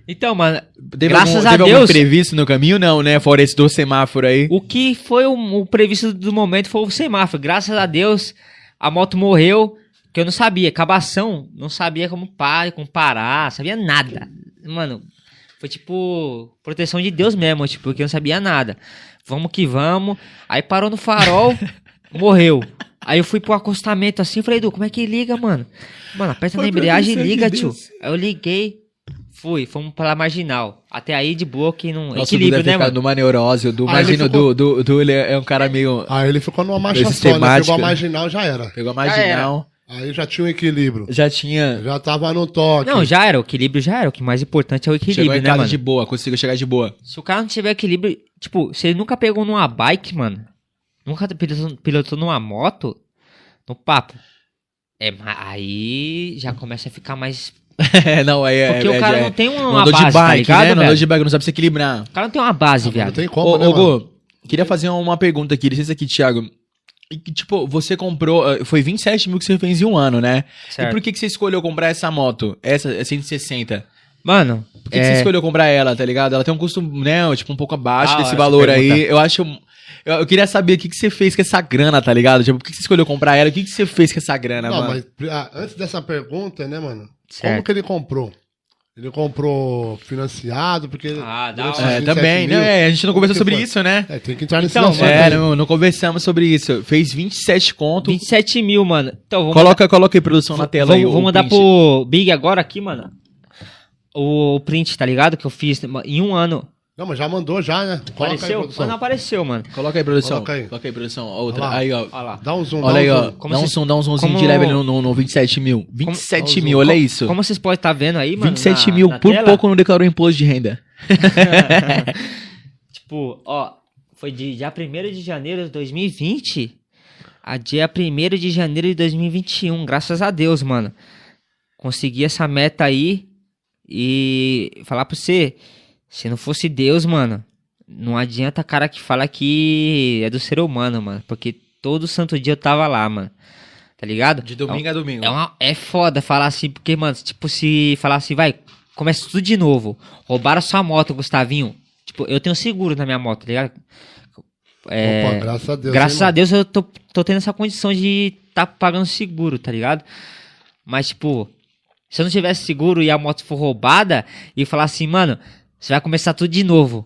C: Então, mano,
B: Teve
C: Graças
B: algum,
C: a
B: teve algum
C: Deus.
B: previsto no caminho? Não, né? Fora esse do semáforo aí.
C: o que foi o, o previsto do momento foi o semáforo. Graças a Deus, a moto morreu, que eu não sabia. Cabação, não sabia como, par, como parar, sabia nada. Mano, foi tipo proteção de Deus mesmo, tipo, porque eu não sabia nada. Vamos que vamos. Aí parou no farol,
B: *laughs*
C: morreu. Aí eu fui pro acostamento assim, falei, Edu, como é que liga, mano? Mano, aperta na
B: Foi
C: embreagem e
B: proteção de
C: liga, tio.
B: Deus.
C: Aí eu liguei, fui, fomos pra marginal. Até aí de boa que não.
B: Nossa, o Du
C: equilíbrio,
B: deve ter
C: né,
B: ficado
C: mano?
B: numa neurose. O Du,
A: Ah, ele
B: imagina, o Du, Du, Du, ele é um cara meio...
A: Aí ele ficou numa marcha
B: Esse
A: só, né?
B: temático.
A: Pegou a marginal já era.
B: Pegou a
C: Já era.
B: marginal.
A: Aí já tinha um equilíbrio.
B: Já tinha...
A: Já tava no toque.
C: Não, já era, o equilíbrio já era. O que mais importante é
B: Chegou
C: o equilíbrio,
B: em
C: né,
B: casa
C: mano?
B: de boa, conseguiu chegar de boa.
C: Se o cara não tiver equilíbrio, tipo, se ele nunca pegou numa bike, mano, nunca pilotou, pilotou numa moto, no papo, é, ma- aí já começa a ficar mais.
B: *laughs* É, não, aí é...
C: Porque
B: é-
C: o cara
B: é-
C: não tem uma,
B: não
C: uma
B: andou
C: base,
B: de bike,
C: tá ligado,
B: né? Não
C: velho?
B: andou de bike, não sabe se equilibrar.
C: O cara não tem uma base,
A: Não
C: viado.
A: tem como,
B: Ô,
A: né,
B: ô,
A: mano?
B: Gu, queria fazer uma pergunta aqui, licença é aqui, Thiago. E que, tipo, você comprou... eh, Foi 27 mil que você fez em um ano, né? E
C: Certo.
B: por que, que você escolheu comprar essa moto? Essa é 160.
C: Mano,
B: Por que, que
C: é,
B: você escolheu comprar ela, tá ligado? Ela tem um custo, né, tipo, um pouco abaixo
C: Da
B: desse
C: hora
B: valor
C: Ah, essa
B: aí.
C: pergunta.
B: Eu acho. Eu, eu queria saber o que, que você fez com essa grana, tá ligado? Tipo, por que, que você escolheu comprar ela? O que, que você fez com essa grana,
A: Não,
B: né, mano?
A: mas ah, antes dessa pergunta, né, mano? Como
C: Certo.
A: que ele comprou? Ele comprou financiado, porque.
C: Ah, da
A: durante
C: hora.
B: É,
A: 27
B: também,
A: mil-
B: né? A gente
A: Como
B: não conversou
A: que
B: sobre
A: foi?
B: isso, né?
A: É, tem que entrar nesse
C: Então,
A: assunto
B: É,
A: aí.
B: não, não conversamos sobre isso. Fez 27 conto.
C: 27 mil, mano. Então, vamos
B: Coloca, coloca aí, produção, na tela
C: vamos,
B: aí.
C: Vamos
B: o
C: mandar
B: print.
C: pro Big agora aqui, mano. O print, tá ligado? Que eu fiz em um ano.
A: Não, mas já mandou, já, né? Coloca aí,
C: apareceu?
A: produção.
C: Mas não apareceu, mano.
B: Coloca aí, produção.
A: Coloca
B: Coloca
A: aí.
B: aí, produção. Ó, Outra.
A: Olha lá.
B: Aí, ó.
C: Olha lá.
A: Dá um zoom,
B: Olha
A: dá um
B: aí, ó.
A: zoom.
C: Como
B: Dá um
C: vocês-
B: som, dá um somzinho
C: como- um
B: de leve ali no, no, no 27 mil. 27
A: Como-
B: mil, olha isso.
C: Como vocês podem estar vendo aí, mano.
B: 27
C: na-
B: mil,
C: na
B: por
C: tela,
B: pouco não declarou imposto de renda.
C: Tipo, ó, foi de dia 1 de janeiro de 2020 a dia 1 de janeiro de 2021. Graças a Deus, mano. Consegui essa meta aí e falar pra você, se não fosse Deus, mano, não adianta cara que fala que é do ser humano, mano. Porque todo santo dia eu tava lá, mano. Tá ligado?
B: De domingo a domingo.
C: É, uma, é foda falar assim, porque, mano, tipo, se falar assim, vai, começa tudo de novo. Roubaram sua moto, Gustavinho. Tipo, eu tenho seguro na minha moto, tá ligado? É,
A: Opa, graças a Deus.
C: graças
A: hein,
C: a
A: mano?
C: Deus eu tô, tô tendo essa condição de tá pagando seguro, tá ligado? Mas, tipo, se eu não tivesse seguro e a moto for roubada e falar assim, mano, você vai começar tudo de novo.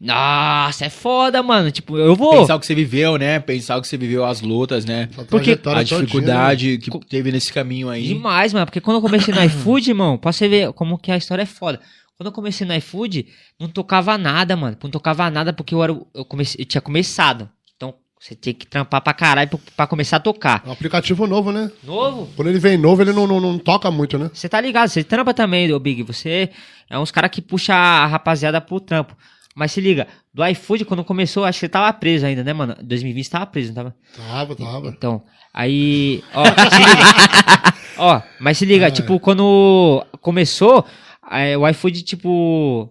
C: Nossa, é foda, mano. Tipo, eu vou.
B: Pensar o que você viveu, né? Pensar o que você viveu, as lutas, né?
A: Essa
C: porque
A: trajetória
B: a
A: todinha,
B: dificuldade que teve nesse caminho aí.
C: Demais, mano. Porque quando eu comecei no iFood, irmão, pra você ver como que a história é foda. Quando eu comecei no iFood, não tocava nada, mano. Não tocava nada porque eu, era, o- eu, comecei, eu tinha começado. Então, você tinha que trampar pra caralho pra, pra começar a tocar.
A: né? É um aplicativo novo, né?
C: Novo?
A: Quando ele vem novo, ele não, não, não toca muito, né?
C: Você tá ligado, você trampa também, ô Big. Você é uns cara que puxa a rapaziada pro trampo. Mas se liga, do iFood, quando começou, acho que você tava preso ainda, né, mano? 2020 você tava preso, não tava?
A: Tava, tava.
C: Então, aí. Ó, se liga. ó mas se liga,
A: Ah, é.
C: tipo, quando começou, é, o iFood, tipo.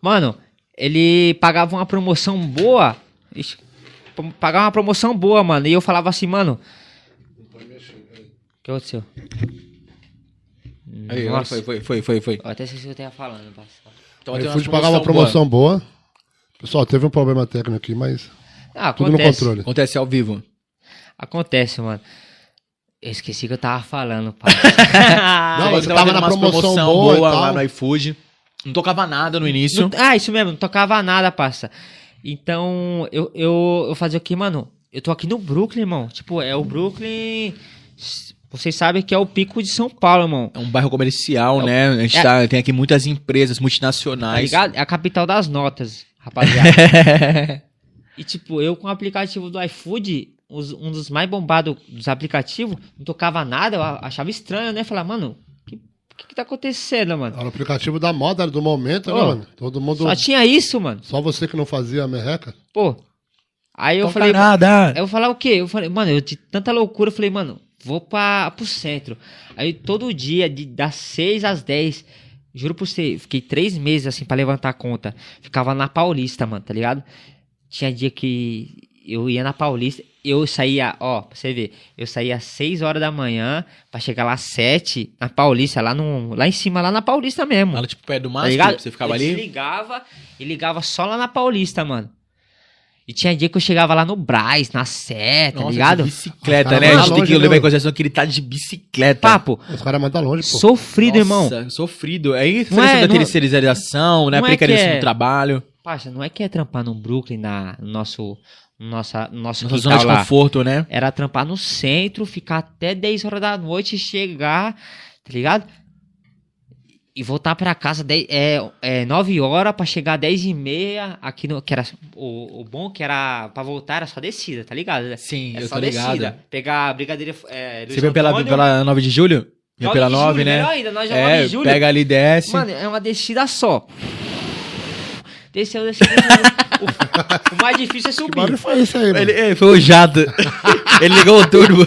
C: Mano, ele pagava uma promoção boa. Ixi, pagava uma promoção boa, mano. E eu falava assim, mano. O que aconteceu?
B: Aí, agora
C: Nossa,
B: foi, foi, foi, foi, foi.
C: eu até esqueci o que eu tava falando, parceiro.
B: Então,
A: Aí
B: tem
A: fui te pagar uma promoção boa. Pessoal, teve um problema técnico aqui, mas
C: Ah,
A: tudo no
C: acontece.
A: controle.
B: boa. Acontece ao vivo.
C: Acontece, mano. Eu esqueci o que eu tava falando, pai.
A: Não, mas
B: Aí,
A: você tava
B: tendo
A: na
B: umas
A: promoção boa e
B: lá
A: tal.
B: no iFood. Não tocava nada no início.
C: Não- ah, isso mesmo, não tocava nada, parça. Então, eu, eu, eu fazia o que, mano? Eu tô aqui no Brooklyn, irmão. Tipo, é o Brooklyn. Vocês sabem que é o pico de São Paulo, irmão.
B: É um bairro comercial,
C: Não.
B: né? A gente
C: É.
B: tá- tem aqui muitas empresas
C: Tá
B: multinacionais.
C: ligado? É a capital das notas,
B: *laughs*
C: rapaziada. e tipo, eu com o aplicativo do iFood, os- um dos mais bombados dos aplicativos, não tocava nada, eu a- achava estranho, né? Falar, mano, o que, que, que tá acontecendo, mano?
A: Era o aplicativo da moda do momento, né,
C: Ô,
A: mano? Todo mundo.
C: Só tinha isso, mano.
A: Só você que não fazia a merreca?
C: Pô. Aí eu
B: Não
C: falei,
B: toca nada.
C: Aí eu falava o quê? Eu falei, mano, eu de tanta loucura, eu falei, mano, vou pra, pro centro. Aí todo dia, de, das 6 às 10, juro pra você, fiquei três meses assim pra levantar a conta. Ficava na Paulista, mano, tá ligado? Tinha dia que eu ia na Paulista, eu saía, ó, pra você ver, eu saía às 6 horas da manhã pra chegar lá às 7 na Paulista, lá, no, lá em cima, lá na Paulista mesmo.
B: Fala, tipo, pé do
C: Tá
B: mastro,
C: ligado?
B: você ficava
C: eu
B: ali.
C: desligava e ligava só lá na Paulista, mano. E tinha dia que eu chegava lá no Brás, na Sé, tá
B: Nossa,
C: ligado?
B: de bicicleta,
A: Ah, cara,
B: né? A
A: tá
B: gente tem
A: longe,
B: que levar em
A: meu.
B: consideração que ele tá de bicicleta.
C: Papo,
A: Os caras mandam longe, pô.
C: sofrido, irmão.
B: Nossa, Sofrido. Aí essa
C: Não é,
B: questão da
C: não-
B: terceirização, né?
C: não é que
B: Precarização
C: é-
B: do trabalho,
C: Pacha, não é que é trampar no Brooklyn, na, no nosso, no nossa, no nosso
B: nossa zona
C: quintal
B: de
C: lá.
B: conforto, né?
C: Era trampar no centro, ficar até 10 horas da noite, chegar, tá ligado? E voltar pra casa 10, é, é, 9 horas pra chegar 10 e meia, aqui no, que era, o, o bom que era pra voltar era só descida, tá ligado?
B: Sim,
C: É
B: eu
C: só
B: tô ligado.
C: descida. Pegar a brigadeira. É,
B: Você veio pela, pela 9 de julho? Veio pela 9, né?
C: Melhor ainda, nós já
B: É,
C: é, de julho.
B: pega ali e desce.
C: Mano, é uma descida só. Desceu, desceu. desceu. o, o mais difícil é
A: Que barulho
C: subir.
A: foi isso aí, mano?
B: Ele, ele foi o *laughs* jato. ele ligou o turbo.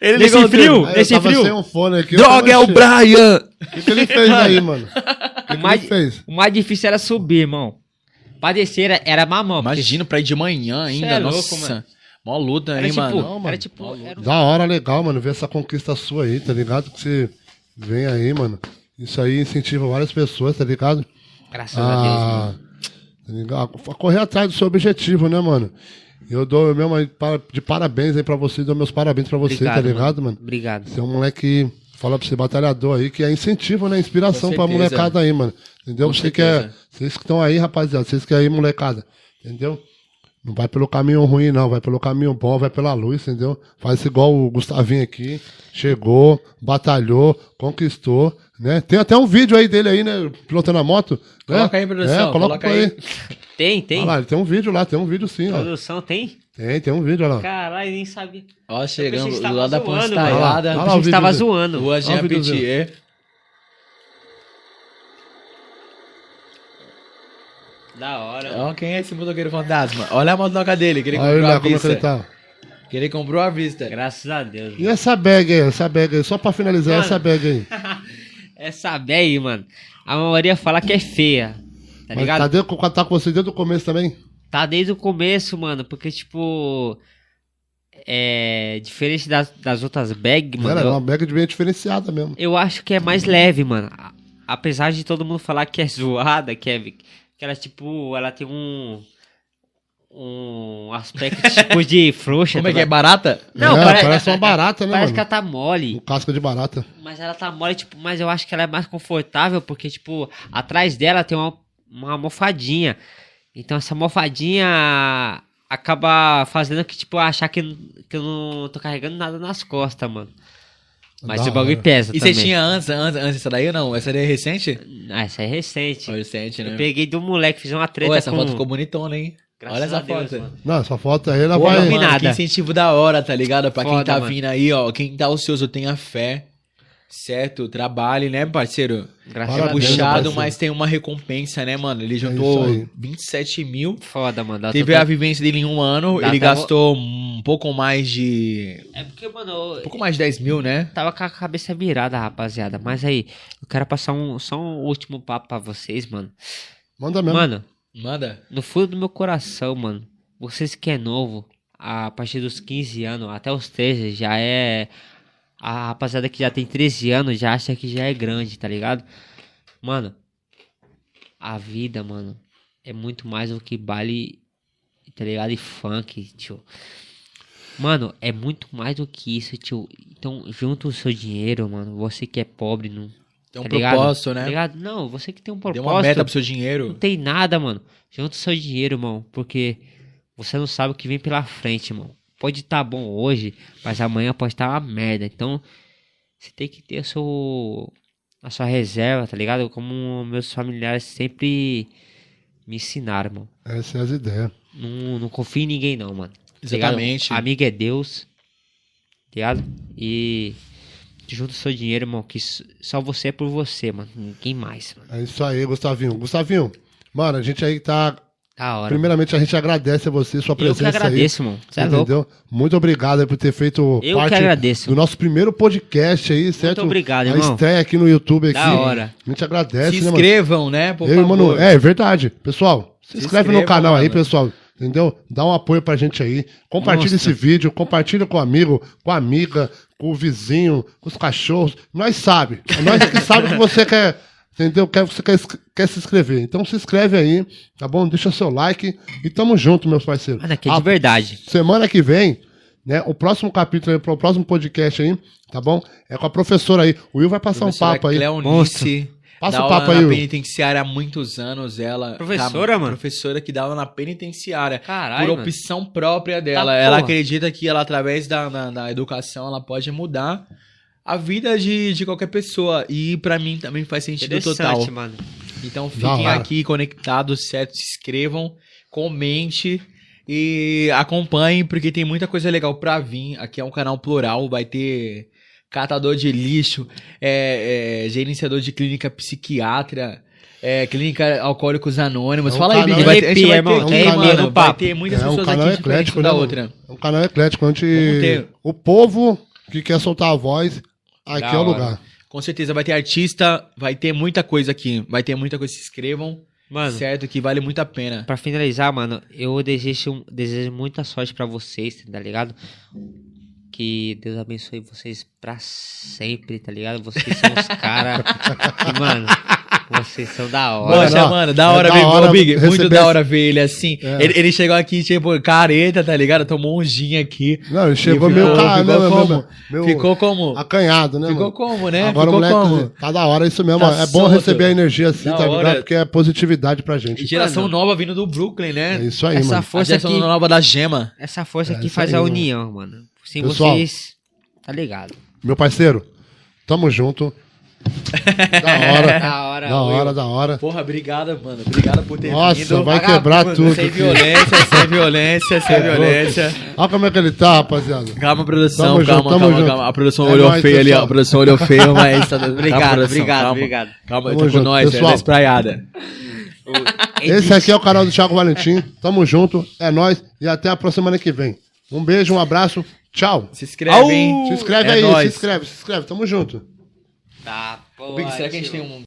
B: ele
C: Nesse
B: ligou o
C: frio,
B: turbo.
A: Aí
B: Nesse
A: eu tava
B: frio.
A: sem um fone aqui. eu
B: Droga,
A: falei,
B: é o
A: "Xê,
B: Brian.
A: O que, que ele fez
B: *laughs*
A: aí, mano? O que,
C: O
A: que
C: mais-
A: ele fez?
C: O mais difícil era subir, irmão. Pra descer era, era mamão. porque
B: Imagina pra ir de manhã
C: Cê
B: ainda.
C: é louco,
B: Nossa.
C: mano.
B: Mó luta,
C: Era
B: hein,
C: tipo,
B: mano.
A: Não, mano.
C: era tipo. Era
A: Da hora, legal, mano, ver essa conquista sua aí, tá ligado? Que você vem aí, mano. Isso aí incentiva várias pessoas, tá ligado?
B: É
C: Graças a Deus. mano.
A: Ah, tá ligado? A correr atrás do seu objetivo, né, mano? Eu dou eu mesmo aí para- de parabéns aí pra você, dou meus parabéns pra você, tá ligado, mano?
C: Obrigado.
A: Você é um moleque, fala pra você, batalhador aí, que é incentivo, né? Inspiração
B: Com
A: pra
B: certeza.
A: molecada aí, mano. Entendeu? Você que é,
B: certeza.
A: vocês que estão aí, rapaziada, vocês que é aí, molecada, entendeu? Não vai pelo caminho ruim, não. Vai pelo caminho bom, vai pela luz, entendeu? Faz igual o Gustavinho aqui. Chegou, batalhou, conquistou, né? Tem até um vídeo aí dele aí, né? Pilotando a moto. né?
B: Coloca aí, produção,
A: É, coloca,
B: coloca
A: aí.
B: aí.
C: Tem, tem.
A: Olha lá, tem um vídeo lá, tem um vídeo sim, ó.
C: Produção tem?
A: Tem, tem um vídeo, olha lá.
C: Caralho, nem sabia.
B: Ó,
C: Eu
B: chegando
C: pensei que
B: do lado da
C: tava zoando, mano.
A: Olha
B: ponstaiada.
A: lá,
C: a gente
A: o
C: tava
A: vídeo
C: zoando.
B: Tipo, Rua
A: Olha
B: Jean é.
A: o videozinho.
B: Pitié.
C: Da hora.
B: Ó, quem é esse motoqueiro fantasma? Olha a motoca dele, que ele
A: Olha
B: comprou à
A: lá como é que ele
B: vista.
A: tá.
B: Que ele comprou à vista.
C: Graças a Deus.
A: E essa bag aí, essa bag aí, só pra finalizar,
C: Mano.
A: essa bag aí.
C: Essa véia aí, mano. A maioria fala que é feia. Tá
A: Mas
C: ligado?
A: Tá, dentro, tá com você desde o começo também?
C: Tá desde o começo, mano, porque, tipo. É. Diferente das, das outras bags, mano.
A: Era
C: eu-
A: uma mega de bem diferenciada mesmo.
C: Eu acho que é mais leve, mano. A- Apesar de todo mundo falar que é zoada, que é. Que ela, tipo, ela tem um. Um aspecto
A: *laughs*
C: tipo de frouxa.
B: Como é
C: tá
B: que é?
C: ligado?
B: Barata?
C: Não,
A: É,
C: parece-
A: parece uma barata, né,
C: Parece
A: mano?
C: que ela tá mole.
A: Um casca de barata.
C: Mas ela tá mole, tipo, mas eu acho que ela é mais confortável, porque, tipo, atrás dela tem uma, uma almofadinha. Então essa almofadinha acaba fazendo que, tipo, eu achar que, que eu não tô carregando nada nas costas, mano. Mas
A: Da
C: o bagulho
A: hora.
C: pesa
B: E
C: também.
B: você tinha antes, antes, antes essa daí ou não? Essa daí é recente?
C: Ah, essa é recente.
B: recente, né?
C: Eu peguei do moleque, fiz uma treta
B: Ô, essa
C: com... um.
B: foto ficou bonitona, hein?
C: Graças
B: Olha essa
C: a Deus,
B: foto.
C: mano.
A: Não, essa foto aí ela
B: Pô,
A: vai.
B: mano,
C: Combinada.
B: que incentivo da hora, tá ligado? Pra quem
C: Foda,
B: tá
C: mano.
B: vindo aí, ó. Quem tá ocioso, tenha fé. Certo? Trabalhe, né, parceiro? É
A: Parabéns,
C: Graças a Deus.
B: Puxado,
A: parceiro. É
B: mas tem uma recompensa, né, mano? Ele
A: isso
B: juntou
A: aí.
B: 27 mil.
C: Foda, mano. dá
B: Teve
C: tanta-
B: a vivência dele em um ano.
C: Dá
B: Ele
C: até-
B: gastou um pouco mais de.
C: É porque, mano,
B: Um
C: eu
B: pouco mais de 10 mil, né?
C: tava com a cabeça virada, rapaziada. Mas aí, eu quero passar um, só um último papo pra vocês, mano.
A: Manda mesmo.
C: Mano,
B: Manda.
C: no fundo do meu coração, mano, vocês que é novo, a partir dos 15 anos até os 13, já é. A rapaziada que já tem 13 anos já acha que já é grande, tá ligado? Mano, a vida, mano, é muito mais do que baile, tá ligado? E funk, tio. Mano, é muito mais do que isso, tio. Então, junta o seu dinheiro, mano. Você que é pobre, não.
B: Tem um
C: tá ligado?
B: propósito,
C: Tá
B: né?
C: ligado? Não, você que tem um
B: Deu
C: propósito.
B: uma meta pro seu
C: Não
B: dinheiro.
C: tem nada, mano. Junta o seu dinheiro, irmão. Porque você não sabe o que vem pela frente, irmão. Pode estar bom hoje, mas amanhã pode estar uma merda. Então, você tem que ter o seu, a sua reserva, tá ligado? Como meus familiares sempre me ensinaram, irmão.
A: Essas são é as ideias.
C: Não, não confia em ninguém, não, mano. Tá ligado?
B: Exatamente.
C: Amigo é Deus. tá Ligado? E junta o seu dinheiro, irmão. Que s- só você é por você, mano. Ninguém mais, mano.
A: É isso aí, Gustavinho. Gustavinho, mano, a gente aí tá.
C: Da hora.
A: Primeiramente, a gente agradece a você, sua
C: Eu que
A: presença aí.
C: agradeço, mano. Você é louco.
A: entendeu? Muito obrigado aí por ter feito
C: Eu que
A: parte
C: agradeço.
A: do nosso primeiro podcast aí, certo?
C: obrigado,
A: a
C: irmão.
A: estreia aqui no YouTube aqui.
C: Da hora.
A: A gente agradece, né,
B: Se
A: mano?
B: inscrevam, né? Por
A: Eu, e o
B: favor.
A: Manu- É, é verdade. Pessoal, se,
B: Se
A: inscreve, no
B: inscrevam,
A: canal aí,
B: mano.
A: pessoal. entendeu? Dá um apoio pra gente aí. Compartilha esse
C: Mostra.
A: vídeo, compartilha com o amigo, com a amiga, com o vizinho, com os cachorros. Nós sabe. É Nós é que sabe que você quer, entendeu? Quer, você quer, es- quer se inscrever. Então se inscreve aí, tá bom? Deixa seu like e tamo junto, meus parceiros.
C: Mas aqui é
A: A-
C: de verdade.
A: Semana que vem, né? O próximo capítulo, aí, o próximo podcast aí, tá bom? É com a professora aí. O Will vai passar um papo aí.
B: Cleonice.
A: Passa
B: dá
A: um
B: aula
A: papo
B: na
A: aí, Will.
B: penitenciária há muitos anos, ela.
D: Professora,
B: tá-
D: mano?
B: Professora que dá aula na penitenciária.
D: Caralho,
B: por
D: mano.
B: opção própria dela.
D: Tá,
B: ela
D: porra.
B: acredita que ela, através da, na- da educação, ela pode mudar a vida de, de qualquer pessoa. E pra mim também faz sentido total.
D: Interessante, mano.
B: Então
A: Da
B: fiquem
A: hora.
B: aqui conectados, certo? Se inscrevam, comente e acompanhem, porque tem muita coisa legal pra vir. Aqui é um canal plural, vai ter catador de lixo, é, é, gerenciador de clínica psiquiatra, é, clínica alcoólicos anônimos.
A: É um
B: Fala aí,
A: canal
B: Bini, vai ter, a gente vai
C: EP,
B: ter
A: irmão,
B: aqui,
A: é um
B: mano,
C: canal-
B: vai ter muitas
A: É um
B: pessoas
A: canal
B: aqui diferentes
A: eclético,
B: uma da
A: né,
B: outra.
A: É um canal eclético onde
B: Vamos ter.
A: o povo que quer soltar a voz, aqui
C: Da
A: é o
C: hora.
A: lugar.
B: Com certeza vai ter artista, vai ter muita coisa aqui, vai ter muita coisa. Se inscrevam,
D: Mano,
B: certo? Que vale muito a pena.
C: é- Pra finalizar, mano, eu desejo, desejo muita sorte pra vocês, tá ligado? Que Deus abençoe vocês pra sempre, tá ligado? Vocês são
D: *laughs*
C: os caras. Mano, vocês são da hora.
B: Poxa,
A: Mano, ó,
B: mano, da
A: é
B: hora
A: da
B: ver
A: hora
B: o Big.
A: receber
B: Muito
A: esse-
B: da hora ver ele assim.
A: É.
B: Ele, ele chegou aqui, tipo, careta, tá ligado? Tomou um gin aqui.
A: Não, ele chegou
B: ficou-
A: meio cara,
B: ficou
A: né, meu,
B: como?
A: meu, meu-
B: ficou como?
A: acanhado, né,
B: ficou
A: mano?
B: como, né?
A: Agora
B: ficou
A: o moleque
B: como?
A: tá da hora, isso mesmo.
B: Tá
A: é bom
B: solto.
A: receber a energia assim,
B: Da
A: tá ligado?
B: hora.
A: Porque é positividade pra
B: E
A: gente.
B: geração
D: Mano.
B: nova vindo do Brooklyn,
A: É
B: né?
A: isso aí,
C: Essa
A: mano.
B: A
C: força
B: geração
C: que,
B: nova da Gema.
C: essa força
A: É
C: que
A: isso
C: faz
A: aí,
C: a
A: mano.
C: união, mano. Sem
A: Pessoal.
C: vocês, tá ligado?
A: Meu parceiro, tamo junto.
B: *laughs*
A: Da hora.
C: Da hora,
A: Da
C: Will.
A: hora, da hora.
B: Porra, obrigado, mano. Obrigado por ter
A: Nossa,
B: vindo.
A: vai
C: vagabundo,
A: quebrar tudo.
B: Sem
A: aqui. É,
B: violência, sem violência, sem violência.
A: Olha como é que ele tá, rapaziada.
B: Calma, produção,
A: Tamo junto,
B: calma,
A: tamo
B: calma,
A: junto.
B: calma. A produção
A: É
B: olhou
A: nóis,
B: feio ali, ó.
A: pessoal.
B: A produção olhou feio, mas
A: *laughs*
B: tá dando.
C: Obrigado,
B: calma, produção,
C: obrigado,
B: calma.
C: obrigado.
B: Calma, eu
A: Tamo
B: tô com
A: junto,
B: nós, é
A: pessoal.
B: da espraiada.
A: Esse aqui é o canal do Thiago Valentim. Tamo junto, é nóis e até a próxima semana que vem. Um beijo, um abraço, tchau.
B: Se inscreve, hein?
A: Se inscreve
B: É
A: aí,
B: nóis.
A: se inscreve, se inscreve, tamo junto.
C: Tá, pô,
B: Big, será que a gente tem um